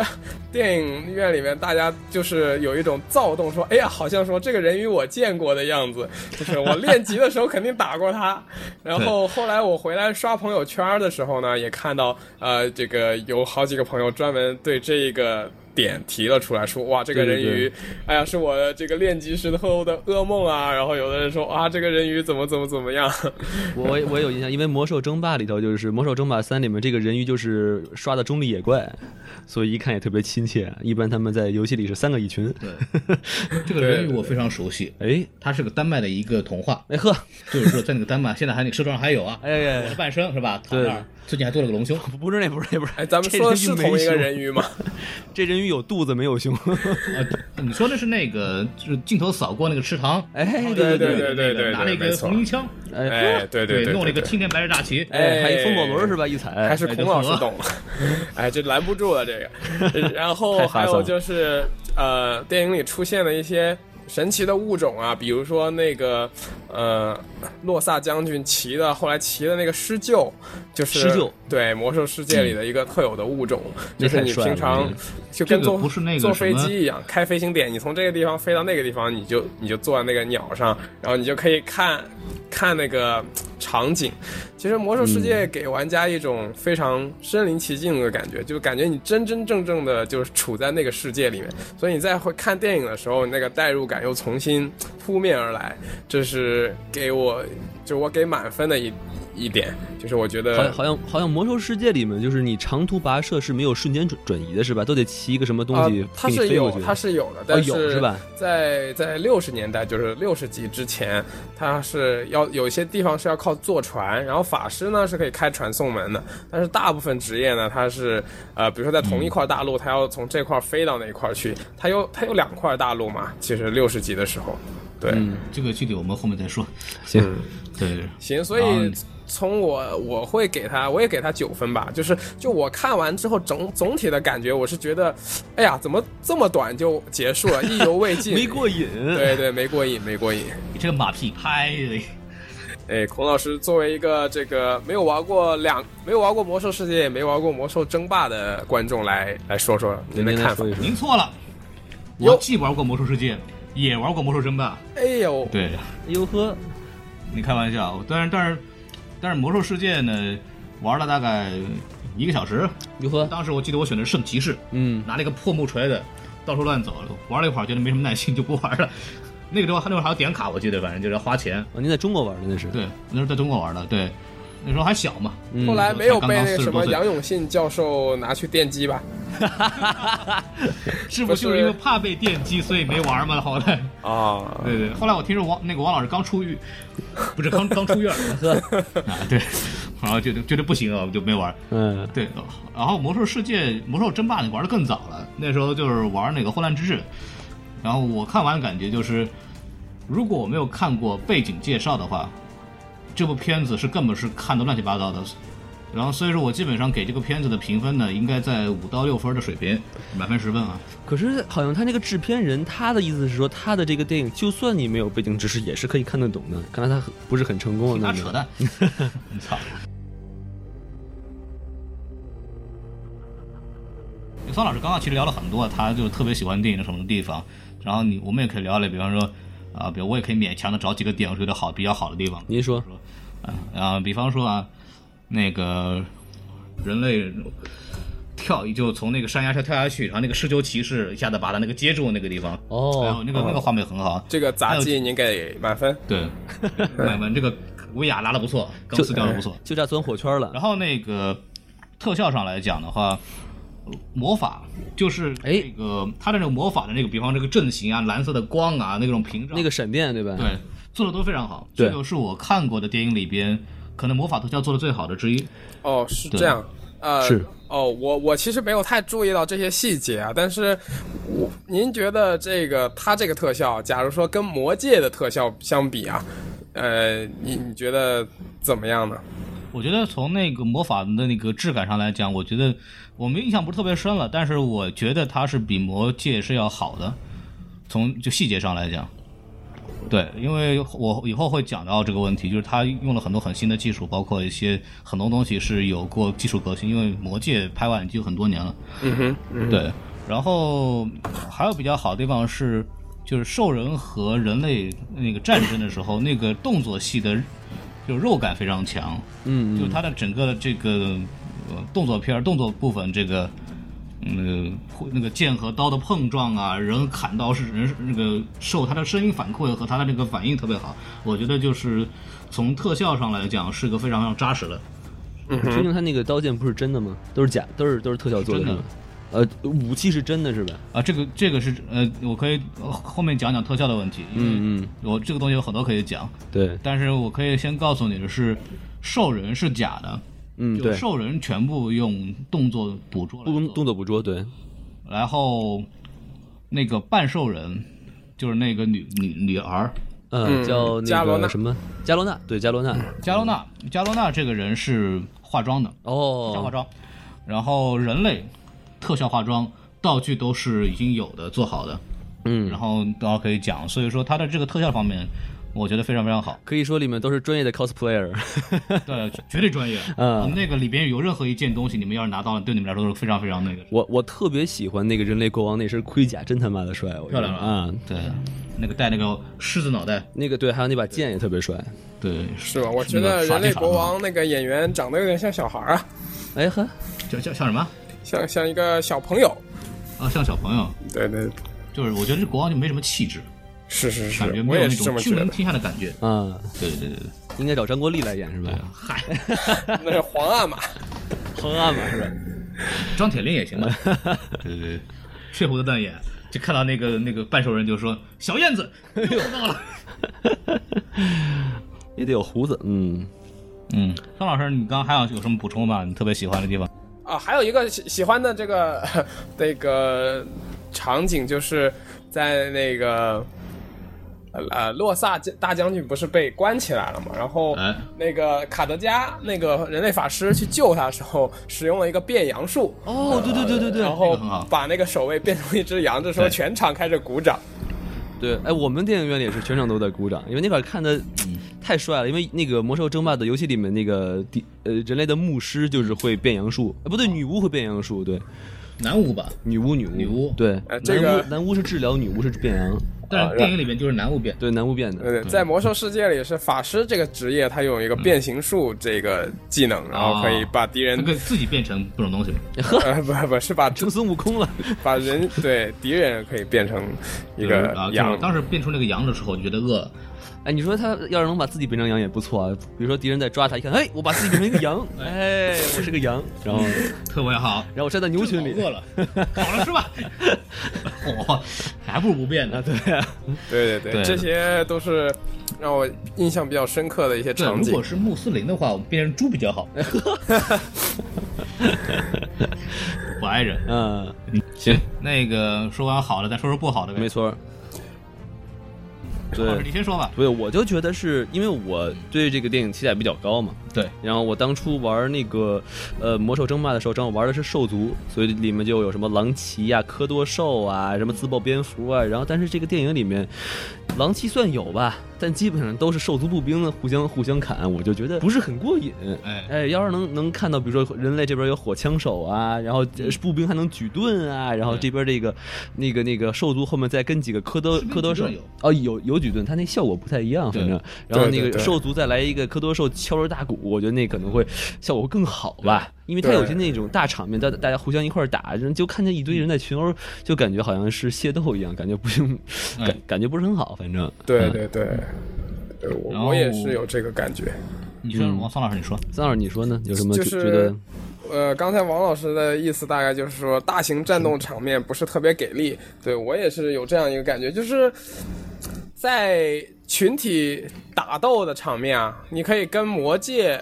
Speaker 3: 电影院里面大家就是有一种躁动，说哎呀，好像说这个人鱼我见过的样子，就是我练级的时候肯定打过他，然后后来我回来刷朋友圈的时候呢，也看到呃这个有好几个。朋友专门对这个点提了出来，说：“哇，这个人鱼，
Speaker 2: 对对对
Speaker 3: 哎呀，是我这个练级时候的噩梦啊！”然后有的人说：“啊，这个人鱼怎么怎么怎么样？”
Speaker 2: 我我有印象，因为《魔兽争霸》里头就是《魔兽争霸三》里面这个人鱼就是刷的中立野怪，所以一看也特别亲切。一般他们在游戏里是三个一群。
Speaker 1: 对，这个人鱼我非常熟悉。
Speaker 2: 哎，
Speaker 1: 它是个丹麦的一个童话。
Speaker 2: 哎呵，
Speaker 1: 就是说在那个丹麦，现在还那个社庄还有啊。
Speaker 2: 哎呀、哎，
Speaker 1: 我的半生是吧？
Speaker 2: 对。
Speaker 1: 最近还多了个龙兄，
Speaker 2: 不是那，不是那，不是。
Speaker 3: 哎，咱们说的是同一个人鱼吗？
Speaker 2: 这人鱼有肚子没有胸
Speaker 1: 呃？你说的是那个，就是镜头扫过那个池塘，
Speaker 2: 哎，
Speaker 1: 对
Speaker 3: 对对
Speaker 1: 对
Speaker 3: 对，
Speaker 1: 拿了一个红缨枪，
Speaker 3: 哎，对对
Speaker 1: 对，弄了一个青天白日大旗，
Speaker 2: 哎，还有风火轮是吧？一踩，
Speaker 3: 还是孔老师懂了，哎，这拦不住了这个。然后还有就是呃，电影里出现了一些。神奇的物种啊，比如说那个，呃，洛萨将军骑的，后来骑的那个狮鹫，就是
Speaker 2: 狮鹫，
Speaker 3: 对，魔兽世界里的一个特有的物种，
Speaker 2: 嗯、
Speaker 3: 就是你平常就跟
Speaker 1: 这
Speaker 3: 坐、
Speaker 1: 个、不是那个
Speaker 3: 坐飞机一样，开飞行点，你从这个地方飞到那个地方，你就你就坐在那个鸟上，然后你就可以看看那个场景。其实魔兽世
Speaker 1: 嗯
Speaker 3: 界给玩家一种非常身临其境的感觉，嗯、就感觉你真真正正的就是处在那个世界里面，所以你在会看电影的时候，那个代入感。又重新扑面而来，这是给我就我给满分的一一点，就是我觉得
Speaker 2: 好像好像好像魔兽世界里面，就是你长途跋涉是没有瞬间转转移的，是吧？都得骑一个什么东西、
Speaker 3: 啊、它是有它是有的，但是、
Speaker 2: 哦、有是吧？
Speaker 3: 在在六十年代，就是六十级之前，它是要有些地方是要靠坐船，然后法师呢是可以开船送门的，但是大部分职业呢，它是呃，比如说在同一
Speaker 2: 嗯
Speaker 3: 块大陆，它要从这块飞到那一块去，它有它有两块大陆嘛，其实六。十级的时候，对、
Speaker 1: 嗯、这个具体我们后面再说。
Speaker 2: 行，
Speaker 1: 对，
Speaker 3: 行，所以从我我会给他，我也给他九分吧。就是就我看完之后总总体的感觉，我是觉得，哎呀，怎么这么短就结束了，意犹未 尽，
Speaker 2: 没过瘾。
Speaker 3: 对对，没过瘾，没过瘾。
Speaker 1: 你这个马屁拍的。
Speaker 3: 哎，孔老师作为一个这个没有玩过两没有玩过魔兽世界，也没玩过魔兽争霸的观众来来说说您的看法。
Speaker 1: 您错了，我既玩过魔兽世界。也玩过魔兽争霸，
Speaker 3: 哎呦，
Speaker 1: 对，
Speaker 2: 呦呵，
Speaker 1: 你开玩笑，但是但是但是魔兽世界呢，玩了大概一个小时，
Speaker 2: 呦呵，
Speaker 1: 当时我记得我选的圣骑士，
Speaker 2: 嗯，
Speaker 1: 拿了一个破木锤子到处乱走，玩了一会儿觉得没什么耐心就不玩了。 那个时候那会儿还要点卡，我记得，反正就是要花钱。
Speaker 2: 您、哦、在中国玩的那是？
Speaker 1: 对，那是在中国玩的，对。那时候还小嘛，
Speaker 2: 嗯
Speaker 3: 后来没有被那
Speaker 1: 才刚刚
Speaker 3: 个什
Speaker 1: 40多
Speaker 3: 么
Speaker 1: 岁
Speaker 3: 杨永信教授拿去电击吧？
Speaker 1: 是不是就是因为怕被电击，所以没玩嘛？后来，
Speaker 4: 啊，
Speaker 1: 对对，后来我听说王那个王老师刚出狱， 不是刚刚出院儿 啊，对， 然后觉得觉得不行啊，我就没玩儿。
Speaker 2: 嗯
Speaker 1: 对，然后魔兽世界、魔兽争霸你玩的更早了，那时候就是玩那个混乱之治，然后我看完的感觉就是，如果我没有看过背景介绍的话，这部片子是根本是看的乱七八糟的。然后所以说我基本上给这个片子的评分呢，应该在五到六分的水平，满分十分啊。
Speaker 2: 可是好像他那个制片人，他的意思是说，他的这个电影，就算你没有背景知识，也是可以看得懂的。看来他很不是很成功
Speaker 1: 他
Speaker 2: 的那
Speaker 1: 扯
Speaker 2: 种。
Speaker 1: 淡，你操！方老师刚刚其实聊了很多，他就特别喜欢电影的什么地方，然后你我们也可以聊聊，比方说啊，比如我也可以勉强的找几个点我觉得好比较好的地方，
Speaker 2: 您说，
Speaker 1: 啊啊，比方说啊，那个人类跳就从那个山崖上跳下去，然后那个狮鹫骑士一下子把他那个接住那个地方，还有
Speaker 2: 哦，
Speaker 1: 那个那个画面很好，
Speaker 3: 这个
Speaker 1: 还
Speaker 3: 杂
Speaker 1: 有
Speaker 3: 技您给满分？
Speaker 1: 对，满分这个维亚拉的不错，钢丝掉的不错，
Speaker 2: 就差钻火圈了。
Speaker 1: 然后那个特效上来讲的话，呃魔法就是
Speaker 2: 哎
Speaker 1: 这个它的那个魔法的那个，比方这个阵型啊、蓝色的光啊、那种屏障，
Speaker 2: 那个闪电，对吧？
Speaker 1: 对做的都非常好。
Speaker 2: 对
Speaker 1: 这个是我看过的电影里边可能魔法特效做的最好的之一。
Speaker 3: 哦，是
Speaker 1: 对
Speaker 3: 这样，呃，
Speaker 2: 是
Speaker 3: 哦，我我其实没有太注意到这些细节啊，但是我您觉得这个它这个特效，假如说跟《魔戒》的特效相比啊，呃，你你觉得怎么样呢？
Speaker 1: 我觉得从那个魔法的那个质感上来讲，我觉得我们印象不是特别深了，但是我觉得它是比魔戒是要好的，从就细节上来讲。对，因为我以后会讲到这个问题，就是它用了很多很新的技术，包括一些很多东西是有过技术革新。因为《魔戒》拍完已经很多年了，
Speaker 3: 嗯哼，嗯哼，
Speaker 1: 对。然后还有比较好的地方是，就是兽人和人类那个战争的时候，那个动作戏的，就是肉感非常强。
Speaker 2: 嗯，
Speaker 1: 就
Speaker 2: 嗯，
Speaker 1: 它的整个的这个、呃、动作片儿动作部分，这个嗯会那个剑和刀的碰撞啊，人砍刀是人是那个受它的声音反馈和它的这个反应特别好，我觉得就是从特效上来讲是个非常非常扎实的。
Speaker 2: 究竟他那个刀剑不是真的吗？都是假，都是都是特效做的
Speaker 1: 是真的
Speaker 2: 吗。呃，武器是真的是吧？
Speaker 1: 啊，这个这个是呃，我可以呃后面讲讲特效的问题，嗯，
Speaker 2: 嗯嗯，
Speaker 1: 我这个东西有很多可以讲，
Speaker 2: 对，
Speaker 1: 但是我可以先告诉你的是，兽人是假的，
Speaker 2: 嗯
Speaker 1: 就
Speaker 2: 对，
Speaker 1: 兽人全部用动作捕捉来做
Speaker 2: 动动作捕捉，对，
Speaker 1: 然后那个半兽人，就是那个女女女儿
Speaker 2: 呃，
Speaker 3: 嗯
Speaker 2: 叫那
Speaker 3: 加罗
Speaker 2: 个
Speaker 3: 纳
Speaker 2: 什么加罗纳，嗯对加罗纳。
Speaker 1: 加罗娜，加罗娜这个人是化妆的，假化
Speaker 2: 哦，
Speaker 1: 妆，然后人类特效化妆。道具都是已经有的做好的，
Speaker 2: 嗯
Speaker 1: 然，后等会儿可以讲。所以说它的这个特效方面，我觉得非常非常 好，
Speaker 2: 可以说里面都是专业的 cosplayer。
Speaker 1: 对，绝对专业。
Speaker 2: 嗯
Speaker 1: 那个里边有任何一件东西，你们要是拿到了，对你们来说都是非常非常那个。
Speaker 2: 我我特别喜欢那个人类国王那身盔甲，真他妈的帅，我觉
Speaker 1: 漂
Speaker 2: 得
Speaker 1: 亮吧
Speaker 2: 啊、
Speaker 1: 对，那个戴那个狮子脑袋，
Speaker 2: 那个对，还有那把剑也特别帅。
Speaker 1: 对，
Speaker 3: 是吧？我觉
Speaker 1: 那
Speaker 3: 得
Speaker 1: 个
Speaker 3: 人类
Speaker 1: 耍
Speaker 3: 国
Speaker 1: 地
Speaker 3: 王那个演员长得有点像小孩儿啊，
Speaker 2: 哎呵，
Speaker 1: 叫叫像什么？
Speaker 3: 像像一个小朋友。
Speaker 1: 啊，像小朋友，
Speaker 3: 对对，
Speaker 1: 就是我觉得这国王就没什么气质。
Speaker 3: 是是是
Speaker 1: 感觉，没
Speaker 3: 我
Speaker 1: 有
Speaker 3: 也
Speaker 1: 那
Speaker 3: 是这
Speaker 1: 种
Speaker 3: 么
Speaker 1: 君
Speaker 3: 觉
Speaker 1: 临
Speaker 3: 得。
Speaker 1: 天下的感 觉。
Speaker 2: 啊，
Speaker 1: 对对对对，
Speaker 2: 应该找张国立来演是吧？
Speaker 1: 嗨，
Speaker 3: 那是皇阿玛，
Speaker 2: 横案嘛是吧？
Speaker 1: 张铁林也 行吧？对对对，血红的蛋眼，就看到那个那个半兽人就说：“小燕 子哎又到了。
Speaker 2: 也得有胡子，嗯，”
Speaker 1: 嗯，张老师，你刚刚还有有什么补充吗？你特别喜欢的地方？
Speaker 3: 啊，还有一个喜喜欢的这个那个场景，就是在那个呃呃洛萨将大将军不是被关起来了嘛，然后
Speaker 1: 哎
Speaker 3: 那个卡德加那个人类法师去救他的时候，使用了一个变羊术。
Speaker 2: 哦，对对对对
Speaker 3: 然
Speaker 2: 对
Speaker 3: 后
Speaker 1: 个很好
Speaker 3: 把那个守卫变成一只羊，这时候
Speaker 1: 对
Speaker 3: 全场开始鼓掌。
Speaker 2: 对，哎，我们电影院里也是全场都在鼓掌，因为那块儿看的太帅了，因为那个《魔兽争霸》的游戏里面那个第呃人类的牧师就是会变羊术，哎不对，女巫会变羊术，对，
Speaker 1: 南舞吧，
Speaker 2: 女巫女巫
Speaker 1: 女巫
Speaker 2: 对，
Speaker 3: 哎
Speaker 2: 男
Speaker 3: 这个啊
Speaker 2: 巫男巫是治疗，女巫是变羊，
Speaker 1: 但是电影里面就是男巫变的，
Speaker 2: 对南巫变的，
Speaker 3: 对对，在魔兽世界里是法师这个职业，他有一个
Speaker 1: 嗯
Speaker 3: 变形术这个技能，然
Speaker 1: 哦
Speaker 3: 后可以把敌人
Speaker 1: 他可以自己变成各种东西嘛。
Speaker 3: 呃不不是把
Speaker 2: 成孙悟空了。
Speaker 3: 把人 对敌人可以变成一
Speaker 1: 就是
Speaker 3: 个
Speaker 1: 啊，就是
Speaker 3: 羊，
Speaker 1: 当时变出那个羊的时候，就觉得饿了。
Speaker 2: 哎，你说他要是能把自己变成羊也不错啊。比如说敌人在抓他，一看，哎，我把自己变成一个羊， 哎，我是个羊， 然后
Speaker 1: 特别好，
Speaker 2: 然后我站在牛群里
Speaker 1: 真，饱饿 了，好了是吧？我还不如不变呢。对
Speaker 3: 啊对对
Speaker 1: 对
Speaker 3: 对，这些都是让我印象比较深刻的一些
Speaker 1: 对，
Speaker 3: 场
Speaker 1: 如
Speaker 3: 景
Speaker 1: 果。是穆斯林的话，我们变成猪比较好。我爱人，
Speaker 2: 嗯，
Speaker 1: 行，那个说完好的，再说说不好的呗。
Speaker 2: 没错儿。
Speaker 1: 老师
Speaker 2: 对
Speaker 1: 你先说吧。
Speaker 2: 对，我就觉得是因为我对这个电影期待比较高嘛，
Speaker 1: 对，
Speaker 2: 然后我当初玩那个呃魔兽争霸的时候，正好玩的是兽族，所以里面就有什么狼骑呀、科多兽啊、什么自爆蝙蝠啊。然后但是这个电影里面，狼骑算有吧，但基本上都是兽族步兵互相互相砍，我就觉得不是很过瘾。
Speaker 1: 哎，
Speaker 2: 哎，要是能能看到，比如说人类这边有火枪手啊，然后
Speaker 3: 嗯
Speaker 2: 呃步兵还能举盾啊，然后这边这个那个那个兽族后面再跟几个科多
Speaker 1: 士兵
Speaker 2: 科多
Speaker 1: 举
Speaker 2: 兽
Speaker 1: 盾有
Speaker 2: 哦，有有举盾，它那效果不太一样，反
Speaker 1: 对
Speaker 2: 正然后
Speaker 3: 对
Speaker 2: 那
Speaker 3: 对
Speaker 2: 个
Speaker 3: 对
Speaker 2: 兽族再来一个科多兽敲锣打鼓，我觉得那可能会效果会更好吧，因为它有些
Speaker 3: 对
Speaker 2: 那种大场面，大大家互相一块儿打，人就看见一堆人在群殴，就感觉好像是械斗一样， 感觉不行，
Speaker 1: 哎
Speaker 2: 感感觉不是很好，反正
Speaker 3: 对
Speaker 2: 嗯
Speaker 3: 对对，对
Speaker 1: 然
Speaker 3: 我
Speaker 1: 后
Speaker 3: 我也是有这个感觉。
Speaker 1: 你说，王宋老师，你说。
Speaker 2: 三老师你说呢？有什么
Speaker 3: 就
Speaker 2: 觉觉得
Speaker 3: 是？呃，刚才王老师的意思大概就是说，大型战斗场面不是特别给力。对我也是有这样一个感觉，就是在群体打斗的场面啊，你可以跟《魔戒》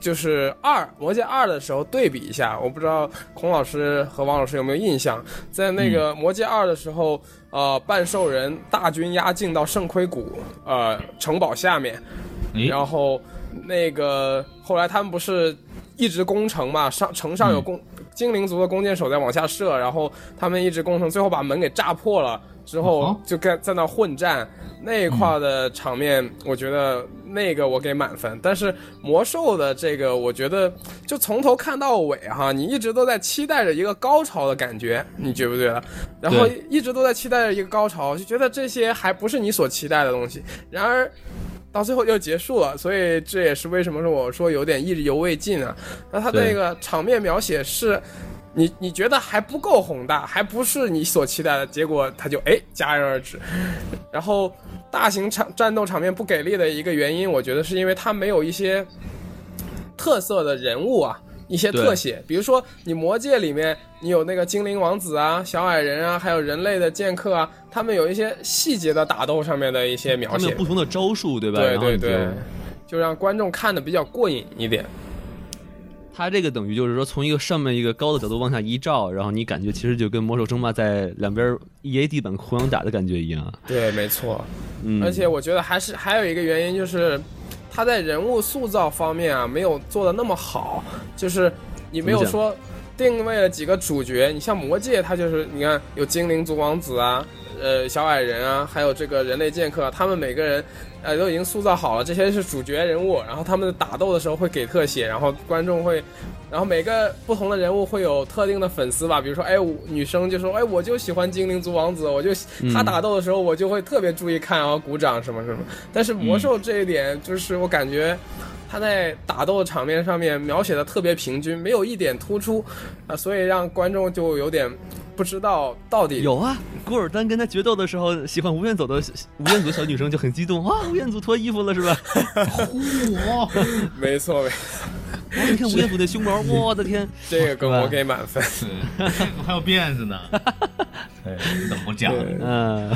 Speaker 3: 就是二《魔戒二》的时候对比一下。我不知道孔老师和王老师有没有印象，在那个
Speaker 2: 嗯
Speaker 3: 《魔戒二》的时候。呃，半兽人大军压境到圣盔谷，呃，城堡下面，
Speaker 1: 哎，
Speaker 3: 然后那个后来他们不是一直攻城嘛，上城上有弓、精灵族的弓箭手在往下射，然后他们一直攻城，最后把门给炸破了。之
Speaker 1: 嗯
Speaker 3: 后
Speaker 1: 哼
Speaker 3: 就跟在那混战那一块的场面，我觉得那个我给满分。但是魔兽的这个，我觉得就从头看到尾哈，你一直都在期待着一个高潮的感觉，你觉不觉得？然后
Speaker 1: 对
Speaker 3: 一直都在期待着一个高潮，就觉得这些还不是你所期待的东西。然而到最后就结束了，所以这也是为什么说我说有点意犹未尽啊。那他
Speaker 2: 对
Speaker 3: 那个场面描写是，你你觉得还不够宏大，还不是你所期待的，结果他就哎戛然而止。然后大型场战斗场面不给力的一个原因，我觉得是因为它没有一些特色的人物啊。一些
Speaker 2: 对
Speaker 3: 特写，比如说你《魔戒》里面，你有那个精灵王子啊、小矮人啊，还有人类的剑客啊，他们有一些细节的打斗上面的一些描
Speaker 2: 他
Speaker 3: 写
Speaker 2: 们有，不同的招数，对吧？
Speaker 3: 对
Speaker 2: 然后
Speaker 3: 对
Speaker 2: 你就
Speaker 3: 对，就让观众看的比较过瘾一点。
Speaker 2: 它这个等于就是说，从一个上面一个高的角度往下一照，然后你感觉其实就跟《魔兽争霸》在两边 E A 地板互相打的感觉一样。
Speaker 3: 对，没错。
Speaker 2: 嗯，
Speaker 3: 而且我觉得还是还有一个原因就是，他在人物塑造方面啊没有做的那么好，就是你没有
Speaker 2: 怎
Speaker 3: 说定位了几个主角，你像魔戒，它就是你看有精灵族王子啊，呃小矮人啊，还有这个人类剑客，啊他们每个人。呃，都已经塑造好了，这些是主角人物，然后他们打斗的时候会给特写，然后观众会然后每个不同的人物会有特定的粉丝吧，比如说，哎，我女生就说，哎，我就喜欢精灵族王子，我就
Speaker 2: 嗯
Speaker 3: 他打斗的时候，我就会特别注意看，然后鼓掌什么什么。但是
Speaker 2: 嗯
Speaker 3: 魔兽这一点，就是我感觉他在打斗场面上面描写的特别平均，没有一点突出，啊、所以让观众就有点不知道到底
Speaker 2: 有啊，古尔丹跟他决斗的时候，喜欢吴彦祖的吴彦祖小女生就很激动哇，吴彦祖脱衣服了是 吧？
Speaker 1: 嚯，
Speaker 3: 没错，没错
Speaker 2: 哇，你看吴彦祖那胸毛，我的天！
Speaker 3: 这个跟
Speaker 2: 是吧
Speaker 3: 我给满分。
Speaker 1: 我还有辫子呢。哎，怎么讲？
Speaker 3: 对
Speaker 2: 嗯、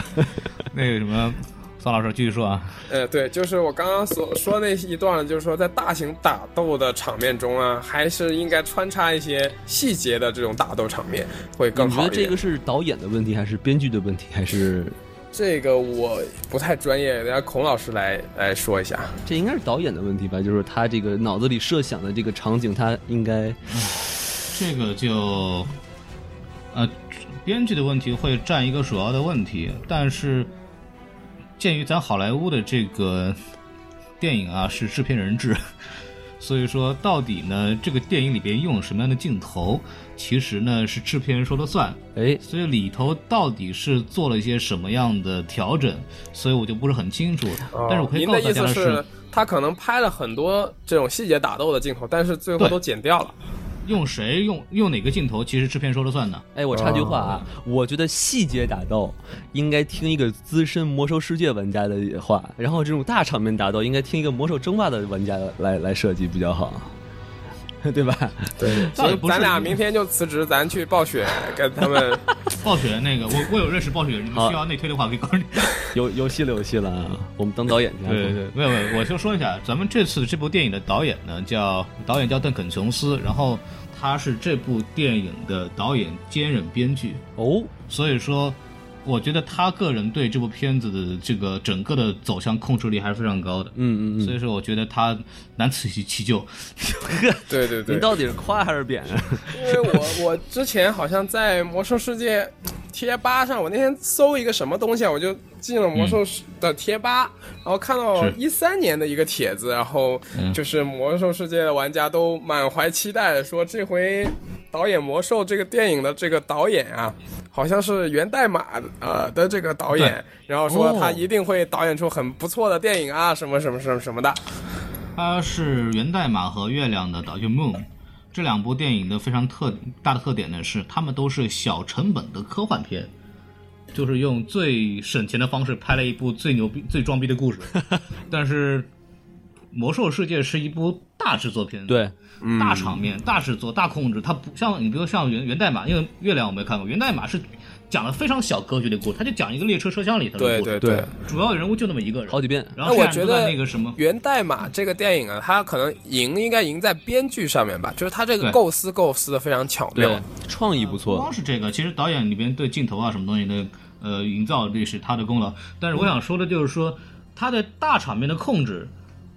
Speaker 1: 那个什么，宋老师继续说啊。
Speaker 3: 呃，对，就是我刚刚所说那一段，就是说在大型打斗的场面中啊，还是应该穿插一些细节的这种打斗场面会更
Speaker 2: 你觉
Speaker 3: 好
Speaker 2: 得
Speaker 3: 一
Speaker 2: 这
Speaker 3: 点。
Speaker 2: 个是导演的问题，还是编剧的问题，还是
Speaker 3: 这个我不太专业，让孔老师来来说一下。
Speaker 2: 这应该是导演的问题吧？就是他这个脑子里设想的这个场景，他应该
Speaker 1: 这个就，呃，编剧的问题会占一个主要的问题，但是鉴于咱好莱坞的这个电影啊是制片人制，所以说，到底呢，这个电影里边用了什么样的镜头，其实呢是制片人说了算。
Speaker 2: 哎，
Speaker 1: 所以里头到底是做了一些什么样的调整，所以我就不是很清楚。但是我可以
Speaker 3: 啊您
Speaker 1: 告
Speaker 3: 的
Speaker 1: 诉大
Speaker 3: 意
Speaker 1: 家
Speaker 3: 思
Speaker 1: 的
Speaker 3: 是，他可能拍了很多这种细节打斗的镜头，但是最后
Speaker 1: 对
Speaker 3: 都剪掉了。
Speaker 1: 用谁用用哪个镜头，其实制片说了算的。
Speaker 2: 哎，我插句话啊，我觉得细节打斗应该听一个资深魔兽世界玩家的话，然后这种大场面打斗应该听一个魔兽争霸的玩家来来设计比较好， 对吧？
Speaker 3: 对，
Speaker 1: 倒也
Speaker 3: 行，
Speaker 1: 不是
Speaker 3: 咱俩明天就辞职，咱去暴雪跟他们
Speaker 1: 暴雪那个，我我有认识暴雪人，你们
Speaker 2: 好
Speaker 1: 需要内推的话可以告诉你。
Speaker 2: 游游戏了，游戏了啊，我们当导演去啊。
Speaker 1: 对对对，没有没有，我就说一下，咱们这次这部电影的导演呢，叫导演叫邓肯·琼斯，然后他是这部电影的导演兼任编剧，
Speaker 2: 哦，
Speaker 1: 所以说，我觉得他个人对这部片子的这个整个的走向控制力还是非常高的。
Speaker 2: 嗯嗯
Speaker 1: 所以说，我觉得他难辞其其咎。
Speaker 3: 对对对，
Speaker 2: 您到底是夸还是贬？啊
Speaker 3: 因为我我之前好像在魔兽世界贴吧上，我那天搜一个什么东西啊，我就进了魔兽的贴吧，然后看到
Speaker 1: 是
Speaker 3: 一三年的一个帖子，然后就是魔兽世界的玩家都满怀期待，说这回导演魔兽这个电影的这个导演啊。好像是源代码呃的这个导演，然后说他一定会导演出很不错的电影啊，什么什么什么什么的。
Speaker 1: 他是《源代码》和《月亮的岛就 Moon》这两部电影的非常特大的特点呢，是他们都是小成本的科幻片，就是用最省钱的方式拍了一部最牛逼、最装逼的 故事。但是，《魔兽世界》是一部大制作片，，
Speaker 2: 对，
Speaker 1: 大场
Speaker 3: 嗯
Speaker 1: 面、大制作、大控制。它不像你，比如像源源代码，因为月亮我没看过，源代码是讲了非常小格局的故事，它就讲一个列车车厢里头的
Speaker 3: 对
Speaker 1: 故事，
Speaker 3: 对
Speaker 2: 对
Speaker 1: 主要人物就那么一个人，
Speaker 2: 好几遍。
Speaker 1: 然
Speaker 3: 那
Speaker 1: 后
Speaker 3: 我
Speaker 1: 剩下
Speaker 3: 觉
Speaker 1: 人都在
Speaker 3: 得
Speaker 1: 那个什么
Speaker 3: 《源代码》这个电影啊，它可能赢应该赢在编剧上面吧，就是它这个
Speaker 1: 对
Speaker 3: 构思构思的非常巧妙
Speaker 2: 对。，创意不
Speaker 1: 不
Speaker 2: 错
Speaker 1: 光。是这个，其实导演里边对镜头啊什么东西的呃营造，这是他的功劳。但是我想说的就是说，他对大场面的控制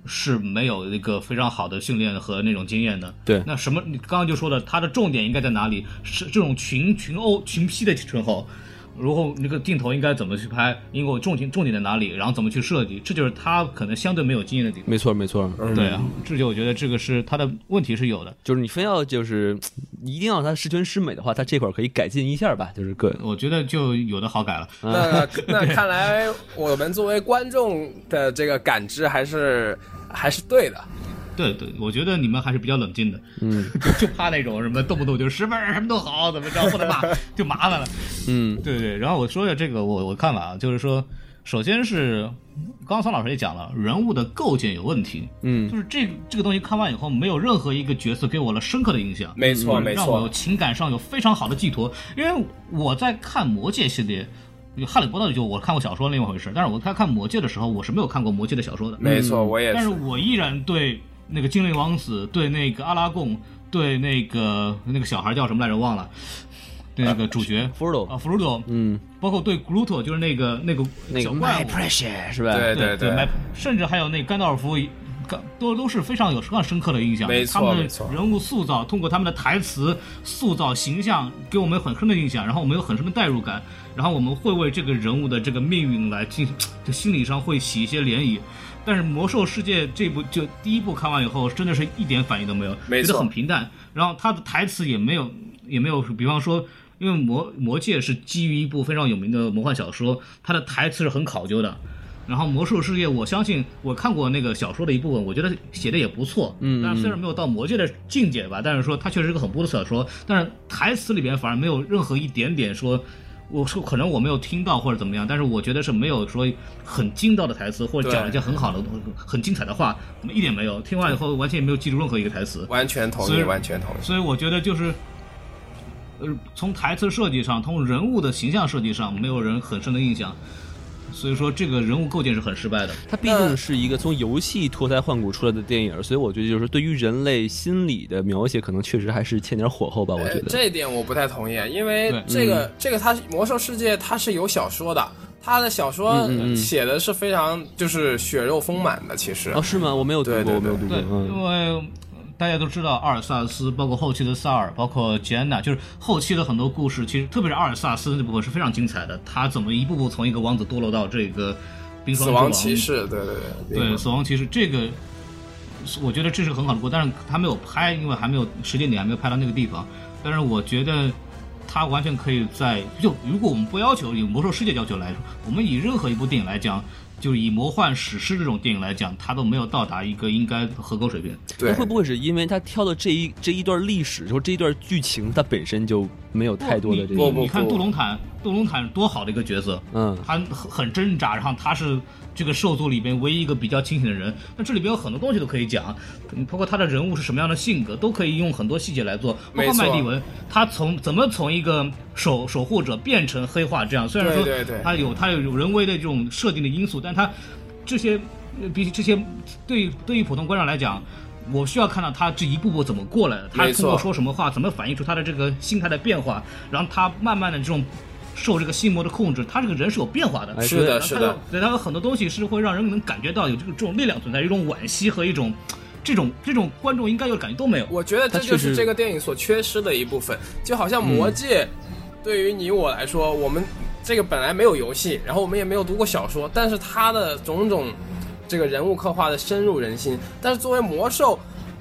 Speaker 1: 是没有一个非常好的训练和那种经验的。
Speaker 2: 对
Speaker 1: 那什么你刚刚就说了，他的重点应该在哪里？是这种群群殴群批的时候。然后那个镜头应该怎么去拍，因为我重点重点在哪里，然后怎么去设计，这就是他可能相对没有经验的地方。
Speaker 2: 没错，没错，
Speaker 1: 对啊，这就我觉得这个是他的问题是有的。
Speaker 2: 就是你非要就是一定要它十全十美的话，它这块儿可以改进一下吧，就是个
Speaker 1: 我觉得就有的好改了。
Speaker 3: 那那看来我们作为观众的这个感知还是还是对的。
Speaker 1: 对对，我觉得你们还是比较冷静的，嗯， 就怕那种什么动不动就十分儿什么都好，怎么着不能骂，就麻烦了。
Speaker 2: 嗯，
Speaker 1: 对对。然后我说一下这个我我看法啊，就是说，首先是刚刚桑老师也讲了，人物的构建有问题，嗯，就是这个这个东西看完以后，没有任何一个角色给我了深刻的印象，
Speaker 3: 没错
Speaker 1: 嗯
Speaker 3: 没错
Speaker 1: 让我有情感上有非常好的寄托，因为我在看《魔戒》系列。《哈利波特》就我看过小说另外一回事，但是我在看《魔戒》的时候，我是没有看过《魔戒》的小说的。
Speaker 3: 没错，我也
Speaker 1: 嗯但
Speaker 3: 是
Speaker 1: 是。我依然对那个精灵王子，对那个阿拉贡，对那个那个小孩叫什么来着忘了，对那个主角
Speaker 2: 弗鲁
Speaker 1: 啊，弗鲁多，
Speaker 2: 嗯，
Speaker 1: 包括对 Gluto 就是那个那个
Speaker 2: 那个
Speaker 1: 小怪
Speaker 2: My
Speaker 1: 物，
Speaker 2: Precious 是吧？
Speaker 3: 对
Speaker 1: 对
Speaker 3: 对，
Speaker 1: 麦甚至还有那甘道尔夫。甘都都是非常有非常深刻的印象，
Speaker 3: 没错
Speaker 1: 他们
Speaker 3: 没
Speaker 1: 的
Speaker 3: 错
Speaker 1: 人物塑造，通过他们的台词塑造形象，给我们很深的印象，然后我们有很深的代入感，然后我们会为这个人物的这个命运来进行，就心理上会起一些涟漪。但是《魔兽世界》这部就第一部看完以后，真的是一点反应都没有，
Speaker 3: 没错
Speaker 1: 觉得很平淡。然后他的台词也没有，也没有，比方说，因为魔魔戒是基于一部非常有名的魔幻小说，它的台词是很考究的。然后魔兽世界，我相信我看过那个小说的一部分，我觉得写的也不错。嗯，但是虽然没有到魔戒的境界吧，但是说它确实是个很不错的小说。但是台词里边反而没有任何一点点说。我说可能我没有听到或者怎么样，但是我觉得是没有说很精到的台词，或者讲了一些很好的、很精彩的话，一点没有。听完以后完全也没有记住任何一个台词。
Speaker 3: 完全同
Speaker 1: 所以
Speaker 3: 意，完全同意。
Speaker 1: 所以我觉得就是，呃，从台词设计上，从人物的形象设计上，没有人很深的印象，所以说这个人物构建是很失败的。
Speaker 2: 它毕竟是一个从游戏脱胎换骨出来的电影，所以我觉得就是对于人类心理的描写，可能确实还是欠点火候吧。我觉
Speaker 3: 呃，
Speaker 2: 得，
Speaker 3: 这一点我不太同意，啊因为
Speaker 1: 对嗯
Speaker 3: 这个、这个它是魔兽世界它是有小说的，它的小
Speaker 1: 嗯
Speaker 3: 说写的是非常就是血肉丰满的，其实
Speaker 2: 哦，是吗？我没有读
Speaker 3: 对
Speaker 2: 过，
Speaker 3: 对
Speaker 2: 我没有读过
Speaker 1: 对，。因
Speaker 2: 嗯，
Speaker 1: 为大家都知道阿尔萨斯，包括后期的萨尔，包括吉安娜，就是后期的很多故事，其实特别是阿尔萨斯那部分是非常精彩的。他怎么一步步从一个王子堕落到这个冰霜
Speaker 3: 死
Speaker 1: 之王
Speaker 3: 亡骑士，对对对，
Speaker 1: 对，死亡骑士这个我觉得这是很好的锅，但是他没有拍，因为还没有时间点还没有拍到那个地方。但是我觉得他完全可以在就如果我们不要求以魔兽世界要求来说，我们以任何一部电影来讲，就是以魔幻史诗这种电影来讲，它都没有到达一个应该合格水平。
Speaker 3: 对
Speaker 2: 那会不会是因为他挑的这一这一段历史，就是这一段剧情，它本身就没有太多的这
Speaker 1: 你
Speaker 2: 个
Speaker 3: 不
Speaker 1: 你看杜隆坦，杜隆坦多好的一个角色，
Speaker 2: 嗯
Speaker 1: 他很很挣扎，然后他是这个兽族里边唯一一个比较清醒的人。那这里边有很多东西都可以讲，嗯包括他的人物是什么样的性格，都可以用很多细节来做。包
Speaker 3: 没
Speaker 1: 括
Speaker 3: 错
Speaker 1: 麦迪文，他从怎么从一个守守护者变成黑化这样，虽然说
Speaker 3: 对对对
Speaker 1: 他有他有人为的这种设定的因素，但他这些呃比起这些对对于普通观众来讲。我需要看到他这一步步怎么过来的，他
Speaker 3: 没
Speaker 1: 通
Speaker 3: 错
Speaker 1: 过说什么话，怎么反映出他的这个心态的变化，然后他慢慢的这种受这个心魔的控制，他这个人是有变化的，
Speaker 2: 哎
Speaker 3: 是
Speaker 2: 对
Speaker 3: 的，
Speaker 1: 然后
Speaker 3: 是
Speaker 1: 它
Speaker 3: 的
Speaker 1: 有，对，它有很多东西是会让人能感觉到有这个这种力量存在，一种惋惜和一种这种这种观众应该有的感觉都没有。
Speaker 3: 我觉得这
Speaker 2: 它确
Speaker 3: 就
Speaker 2: 实嗯
Speaker 3: 是这个电影所缺失的一部分，就好像《魔戒》对于你我来说，我们这个本来没有游戏，然后我们也没有读过小说，但是它的种种这个人物刻画的深入人心。但是作为魔兽，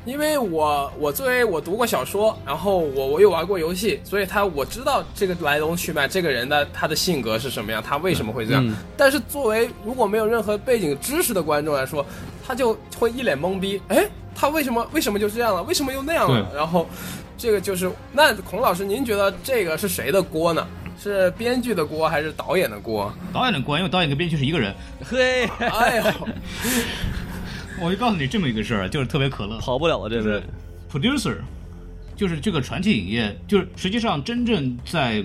Speaker 3: 因为我我作为我读过小说，然后我我又玩过游戏，所以他我知道这个来龙去脉，这个人的他的性格是什么样，他为什么会这样。
Speaker 2: 嗯
Speaker 3: 但是作为如果没有任何背景知识的观众来说，他就会一脸懵逼，哎，他为什么为什么就这样了？为什么又那样了？
Speaker 1: 对
Speaker 3: 然后这个就是那孔老师，您觉得这个是谁的锅呢？是编剧的锅还是导演的 锅？
Speaker 1: 导演的关，因为导演跟编剧是一个人。
Speaker 2: 嘿，
Speaker 3: 哎呦，
Speaker 1: 我就告诉你这么一个事儿，就是特别可乐
Speaker 2: 跑不了了，这位。
Speaker 1: ，producer，就是这个传奇影业，就是实际上真正在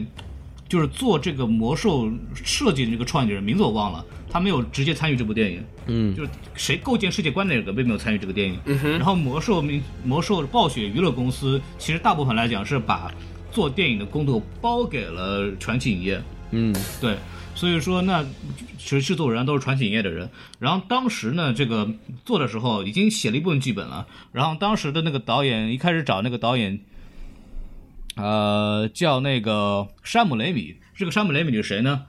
Speaker 1: 就是做这个魔兽设计的这个创意的人，名字我忘了，他没有直接参与这部电影。
Speaker 2: 嗯，
Speaker 1: 就是谁构建世界观的人并没有参与这个电影。然后魔兽明魔兽暴雪娱乐公司其实大部分来讲是把做电影的工作包给了传奇影业，
Speaker 2: 嗯，
Speaker 1: 对，所以说那其实制作人都是传奇影业的人。然后当时呢，这个做的时候已经写了一部分剧本了，然后当时的那个导演一开始找那个导演，呃，叫那个山姆雷米。这个山姆雷米是谁呢？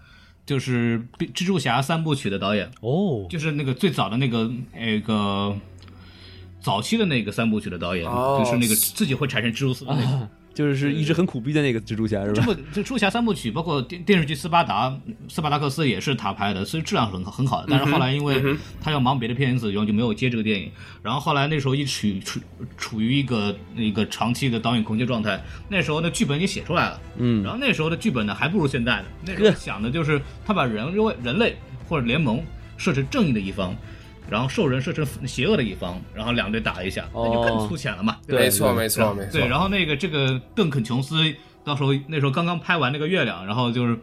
Speaker 1: 就是《蜘蛛侠》三部曲的导演。
Speaker 2: 哦，
Speaker 1: 就是那个最早的那个那个早期的那个三部曲的导演，
Speaker 3: 哦
Speaker 1: 就是那个自己会产生蜘蛛丝的那个。
Speaker 2: 就是一直很苦逼的那个蜘蛛侠是
Speaker 1: 这
Speaker 2: 吧？
Speaker 1: 部这《蜘蛛侠》三部曲，包括电电视剧《斯巴达》，斯巴达克斯也是他拍的，所以质量很好很好的。但
Speaker 2: 嗯
Speaker 1: 是后来因为他要忙别的片子，然后就没有接这个电影。然后后来那时候一处处处于一个一个长期的导演空缺状态，那时候那剧本已经写出来了，嗯，然后那时候的剧本呢还不如现在的。那时候想的就是他把人因为人类或者联盟设成正义的一方。然后兽人设成邪恶的一方，然后两队打一下，那就
Speaker 2: 哦
Speaker 1: 更粗浅了嘛，对吧
Speaker 2: 对
Speaker 3: 没错，
Speaker 2: 对
Speaker 3: 没错，没错
Speaker 1: 对，。然后那个这个邓肯琼斯，到时候那时候刚刚拍完那个月亮，然后就是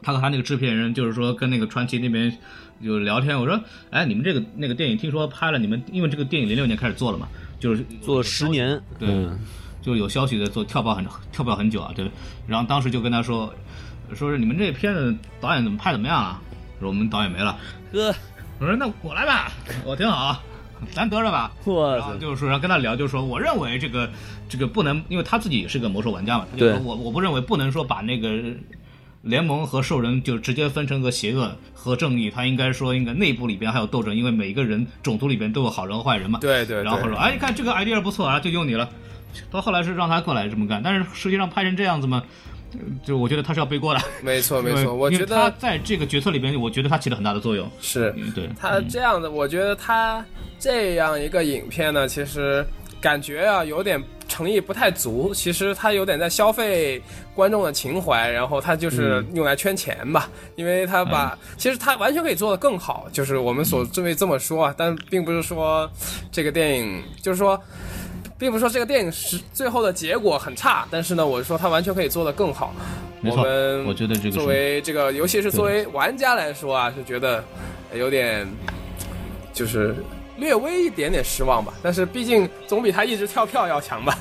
Speaker 1: 他和他那个制片人，就是说跟那个传奇那边就聊天，我说，哎，你们这个那个电影听说拍了，你们因为这个电影零六年开始做了嘛，就是
Speaker 2: 做了十，年，
Speaker 1: 对
Speaker 2: 嗯
Speaker 1: 就有消息的做跳票很跳票很久啊，对。然后当时就跟他说，说是你们这片子导演怎么拍怎么样啊？说我们导演没了，
Speaker 2: 哥，
Speaker 1: 我说那我来吧，我挺好，咱得着吧。
Speaker 2: 哇
Speaker 1: 然后
Speaker 2: 塞，
Speaker 1: 就是说，然后跟他聊，就是说，我认为这个这个不能，因为他自己也是个魔兽玩家嘛，他就
Speaker 2: 对
Speaker 1: 说我我不认为不能说把那个联盟和兽人就直接分成个邪恶和正义，他应该说应该内部里边还有斗争，因为每一个人种族里边都有好人和坏人嘛。
Speaker 3: 对对对，
Speaker 1: 然后说，哎，你看这个 idea 不错啊，就用你了。到后来是让他过来这么干，但是实际上拍成这样子嘛，呃就我觉得他是要背锅的。
Speaker 3: 没错没
Speaker 1: 因为
Speaker 3: 错，我
Speaker 1: 因
Speaker 3: 觉
Speaker 1: 为他
Speaker 3: 得
Speaker 1: 在这个决策里边，我觉得他起了很大的作用。
Speaker 3: 是。
Speaker 1: 嗯，对，
Speaker 3: 他这样的，我觉得他这样一个影片呢，其实感觉啊有点诚意不太足。其实他有点在消费观众的情怀，然后他就是
Speaker 1: 嗯
Speaker 3: 用来圈钱吧，因为他把、其实他完全可以做得更好，就是我们所这位这么说啊，但并不是说这个电影就是说。并不是说这个电影是最后的结果很差，但是呢，我是说它完全可以做得更好。
Speaker 1: 没
Speaker 3: 我
Speaker 1: 错
Speaker 3: 们，
Speaker 1: 我觉得这个
Speaker 3: 作
Speaker 1: 是
Speaker 3: 为这个，尤其是作为玩家来说啊，是觉得有点就是略微一点点失望吧。但是毕竟总比他一直跳票要强吧。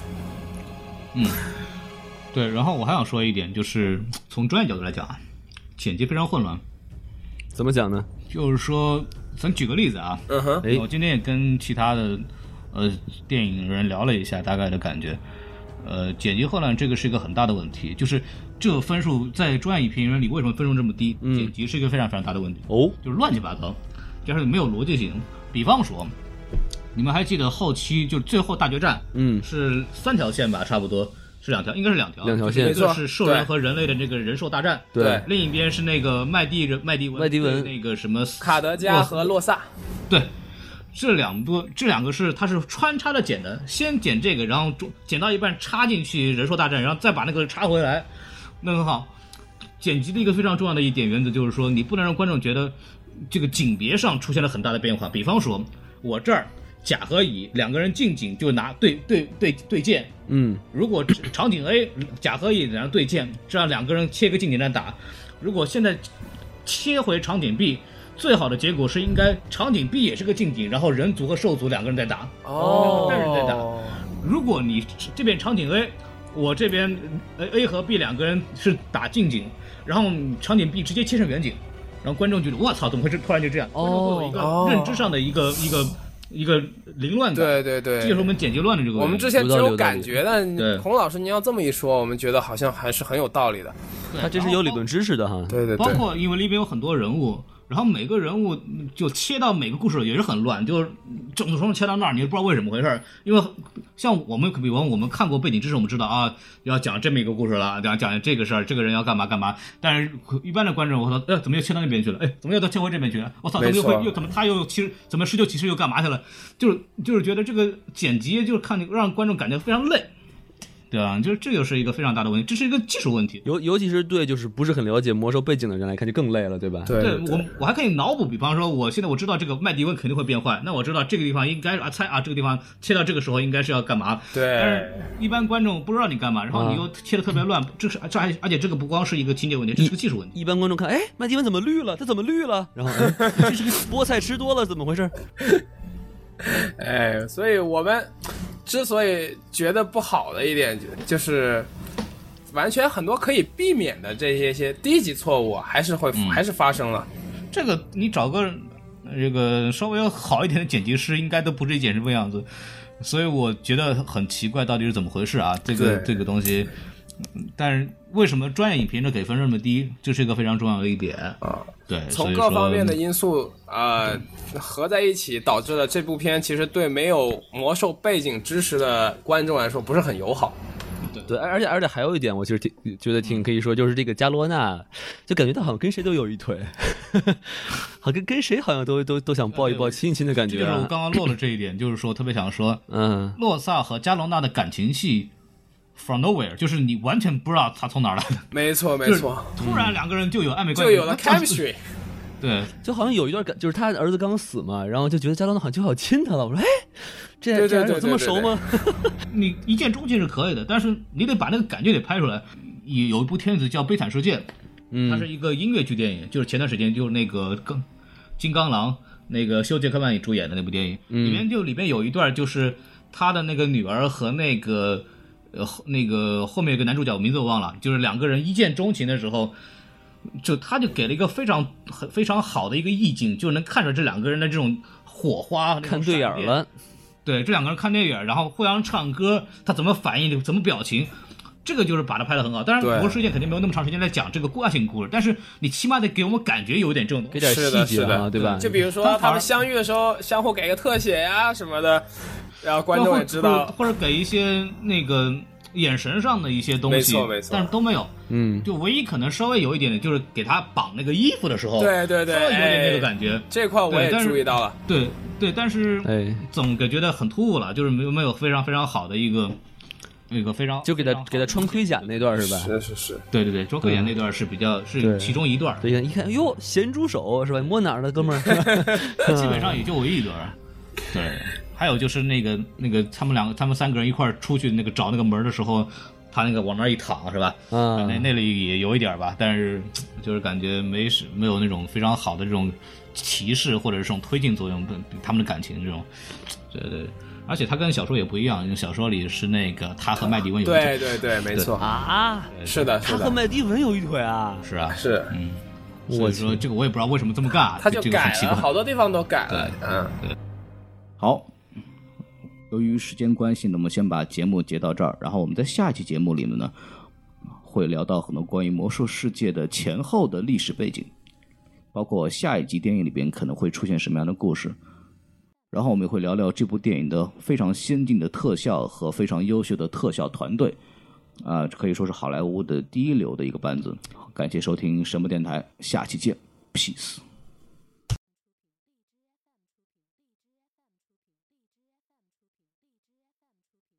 Speaker 1: 对，然后我还想说一点，就是从专业角度来讲啊，剪辑非常混乱。
Speaker 2: 怎么讲呢？
Speaker 1: 就是说，咱举个例子啊，
Speaker 3: 嗯哼，
Speaker 2: 哎
Speaker 1: 我今天也跟其他的呃电影人聊了一下，大概的感觉，呃，剪辑混乱这个是一个很大的问题，就是这个分数在专业影评人里为什么分数这么低？
Speaker 3: 嗯
Speaker 1: 剪辑是一个非常非常大的问题，
Speaker 2: 哦，
Speaker 1: 就是乱七八糟，就是没有逻辑性。比方说，你们还记得后期就最后大决战，
Speaker 2: 嗯
Speaker 1: 是三条线吧，差不多是两条，应该是两条，
Speaker 2: 两条线
Speaker 1: 一个
Speaker 3: 没错
Speaker 1: 是兽人
Speaker 3: 对
Speaker 1: 和人类的这个人兽大战，
Speaker 2: 对
Speaker 1: 另一边是那个麦地人麦迪文
Speaker 2: 麦迪文
Speaker 1: 对那个什么
Speaker 3: 卡德加和洛萨，
Speaker 1: 对。这两部，这两个是它是穿插着剪的，先剪这个，然后中剪到一半插进去人兽大战，然后再把那个插回来，那很好。剪辑的一个非常重要的一点原则就是说，你不能让观众觉得这个景别上出现了很大的变化。比方说，我这儿甲和乙两个人近景就拿对对对对剑，
Speaker 2: 嗯，
Speaker 1: 如果场景 A 甲和乙然后对剑，这样两个人切个近景战打。如果现在切回场景 B，最好的结果是应该场景 B 也是个近景，然后人族和兽族两个人在打。
Speaker 3: 哦
Speaker 1: 两个人在打如果你这边场景 A，我这边呃 A 和 B 两个人是打近景，然后场景 B 直接切成远景，然后观众觉得我操，怎么会是突然就这样？观众会有一
Speaker 3: 哦
Speaker 1: 个认知上的一个一个一个凌乱感。
Speaker 3: 对对对，
Speaker 1: 这就是我们剪辑乱的这个问题。
Speaker 3: 我们之前只有感觉，
Speaker 1: 对
Speaker 3: 但孔老师您要这么一说，我们觉得好像还是很有道理的。
Speaker 1: 对
Speaker 2: 他这是有理论知识的哈。
Speaker 3: 对对
Speaker 1: 包
Speaker 3: 对，
Speaker 1: 括因为里边有很多人物，然后每个人物就切到每个故事也是很乱，就是整个从切到那儿，你也不知道为什么回事儿。因为像我们，比方我们看过背景知识，我们知道啊，要讲这么一个故事了， 讲讲这个事儿，这个人要干嘛干嘛。但是一般的观众，我操，哎，怎么又切到那边去了？哎，怎么又到切回这边去了？我操，怎么又
Speaker 3: 没
Speaker 1: 会
Speaker 3: 错
Speaker 1: 又怎么他又骑怎么施救骑士又干嘛去了？就是就是觉得这个剪辑就是看让观众感觉非常累。对吧？就是这就是一个非常大的问题，这是一个技术问题。
Speaker 2: 尤尤其是对就是不是很了解魔兽背景的人来看就更累了，对吧？
Speaker 3: 对
Speaker 1: 对我，我还可以脑补，比方说，我现在我知道这个麦迪文肯定会变坏，那我知道这个地方应该啊猜啊，这个地方切到这个时候应该是要干嘛？但是
Speaker 3: 对，
Speaker 1: 一般观众不知道你干嘛，然后
Speaker 2: 啊
Speaker 1: 你又切的特别乱，这是这还而且这个不光是一个情节问题，这是个技术问题。
Speaker 2: 一般观众看，哎，麦迪文怎么绿了？他怎么绿了？然后，哎这是菠菜吃多了，怎么回事？
Speaker 3: 哎，所以我们之所以觉得不好的一点，就是完全很多可以避免的这些些低级错误，啊还是会、
Speaker 1: 嗯
Speaker 3: 还是发生了。
Speaker 1: 这个你找个呃这个稍微好一点的剪辑师，应该都不至于剪成这个样子。所以我觉得很奇怪，到底是怎么回事啊？这个
Speaker 3: 对
Speaker 1: 这个东西，嗯但是为什么专业影评的给分这么低，这是一个非常重要的一点啊。对，所
Speaker 3: 从
Speaker 1: 以
Speaker 3: 各
Speaker 1: 说
Speaker 3: 方面的因素呃合在一起，导致了这部片其实对没有魔兽背景知识的观众来说不是很友好。
Speaker 2: 对，而而且而且还有一点，我其实挺觉得挺可以说，就是这个加罗纳，就感觉他好像跟谁都有一腿， 好跟跟谁好像都都都想抱一抱、亲一亲的感
Speaker 1: 这
Speaker 2: 觉
Speaker 1: 就是我
Speaker 2: 啊。
Speaker 1: 刚刚漏了这一点，就是说特别想说，
Speaker 2: 嗯，
Speaker 1: 洛萨和加隆纳的感情戏，from nowhere，就是你完全不知道他从哪儿来的，
Speaker 3: 没错，没
Speaker 1: 就是
Speaker 3: 错，
Speaker 1: 突然两个人就有暧昧关
Speaker 3: 就
Speaker 1: 系，
Speaker 3: 有了 chemistry。
Speaker 1: 对，
Speaker 2: 就好像有一段感，就是他儿子刚死嘛，然后就觉得加罗纳好像就要亲他了。我说，哎，这
Speaker 3: 对对
Speaker 2: 这俩人
Speaker 3: 对
Speaker 2: 有这么
Speaker 3: 对对
Speaker 2: 熟吗？
Speaker 1: 你一见钟情是可以的，但是你得把那个感觉得拍出来。有有一部片子叫《悲惨世界》，
Speaker 2: 嗯
Speaker 1: 它是一个音乐剧电影，就是前段时间就是那个更金刚狼那个休·杰克曼主演的那部电影，
Speaker 2: 嗯
Speaker 1: 里面就里面有一段就是他的那个女儿和那个呃后那个后面有个男主角我名字我忘了，就是两个人一见钟情的时候。就他就给了一个非常很非常好的一个意境，就能看出这两个人的这种火花，那种
Speaker 2: 看对眼
Speaker 1: 闪
Speaker 2: 儿
Speaker 1: 电
Speaker 2: 了，
Speaker 1: 对，这两个人看电影，然后互相唱歌，他怎么反应，怎么表情，这个就是把它拍的很好。当然，
Speaker 3: 对
Speaker 1: 《魔兽世界》肯定没有那么长时间来讲这个故爱情故事，但是你起码得给我们感觉有点这种东
Speaker 2: 给
Speaker 1: 西。
Speaker 2: 点
Speaker 3: 是的
Speaker 2: 细节
Speaker 3: 是的
Speaker 2: 啊，对吧？
Speaker 3: 就比如说
Speaker 1: 他
Speaker 3: 他
Speaker 1: 反
Speaker 3: 们
Speaker 1: 而
Speaker 3: 相遇的时候，相互给个特写呀、什么的，然后观众也
Speaker 1: 或者
Speaker 3: 知道。
Speaker 1: 或者给一些那个眼神上的一些东西，
Speaker 3: 没错没错
Speaker 1: 但是都没有。
Speaker 2: 嗯，
Speaker 1: 就唯一可能稍微有一点点，就是给他绑那个衣服的时候，
Speaker 3: 对对对
Speaker 1: 稍微有点那
Speaker 3: 哎
Speaker 1: 个感觉。
Speaker 3: 这块我也
Speaker 1: 对但是
Speaker 3: 注意到了，
Speaker 1: 对对，但是
Speaker 2: 哎，
Speaker 1: 总感觉得很突兀了，就是没有没有非常非常好的一个。一个非常
Speaker 2: 就给
Speaker 1: 非
Speaker 2: 他
Speaker 1: 常好
Speaker 2: 给他
Speaker 1: 的
Speaker 2: 穿盔甲那段是吧？
Speaker 3: 是是，
Speaker 1: 对对对，周克言那段是比较
Speaker 2: 对
Speaker 1: 是其中一段，
Speaker 2: 对，一看，哟，咸猪手是吧？摸哪儿了，哥 们儿？
Speaker 1: 基 本
Speaker 2: 嗯
Speaker 1: 上也就我一段。对，还有就是那个那个他们两个他们三个人一块儿出去那个找那个门的时候，他那个往那儿一躺是吧？
Speaker 2: 啊
Speaker 1: 那那里也有一点吧，但是就是感觉没是没有那种非常好的这种歧视或者是这种推进作用，对他们的感情这种，对对。而且他跟小说也不一样，因为小说里是那个他和麦迪文有一
Speaker 3: 对
Speaker 1: 腿，
Speaker 3: 对对，没错，
Speaker 2: 啊，
Speaker 3: 是的，
Speaker 2: 他
Speaker 3: 是
Speaker 2: 和
Speaker 3: 的，
Speaker 2: 麦迪文有一腿啊！
Speaker 1: 是啊，
Speaker 3: 是，
Speaker 1: 嗯，
Speaker 2: 我
Speaker 1: 所以
Speaker 2: 去
Speaker 1: 说这个我也不知道为什么这么干啊，
Speaker 3: 他就
Speaker 1: 这个很
Speaker 3: 改
Speaker 1: 奇怪
Speaker 3: 了，。好多地方都改了，
Speaker 1: 对
Speaker 3: 嗯，
Speaker 4: 好，由于时间关系呢，我们先把节目截到这儿，然后我们在下期节目里面呢，会聊到很多关于魔兽世界的前后的历史背景，包括下一集电影里边可能会出现什么样的故事。
Speaker 1: 然后我们也会聊聊这部电影的非常先进的特效和非常优秀的特效团队，啊、可以说是好莱坞的第一流的一个班子。感谢收听神木电台，下期见，peace。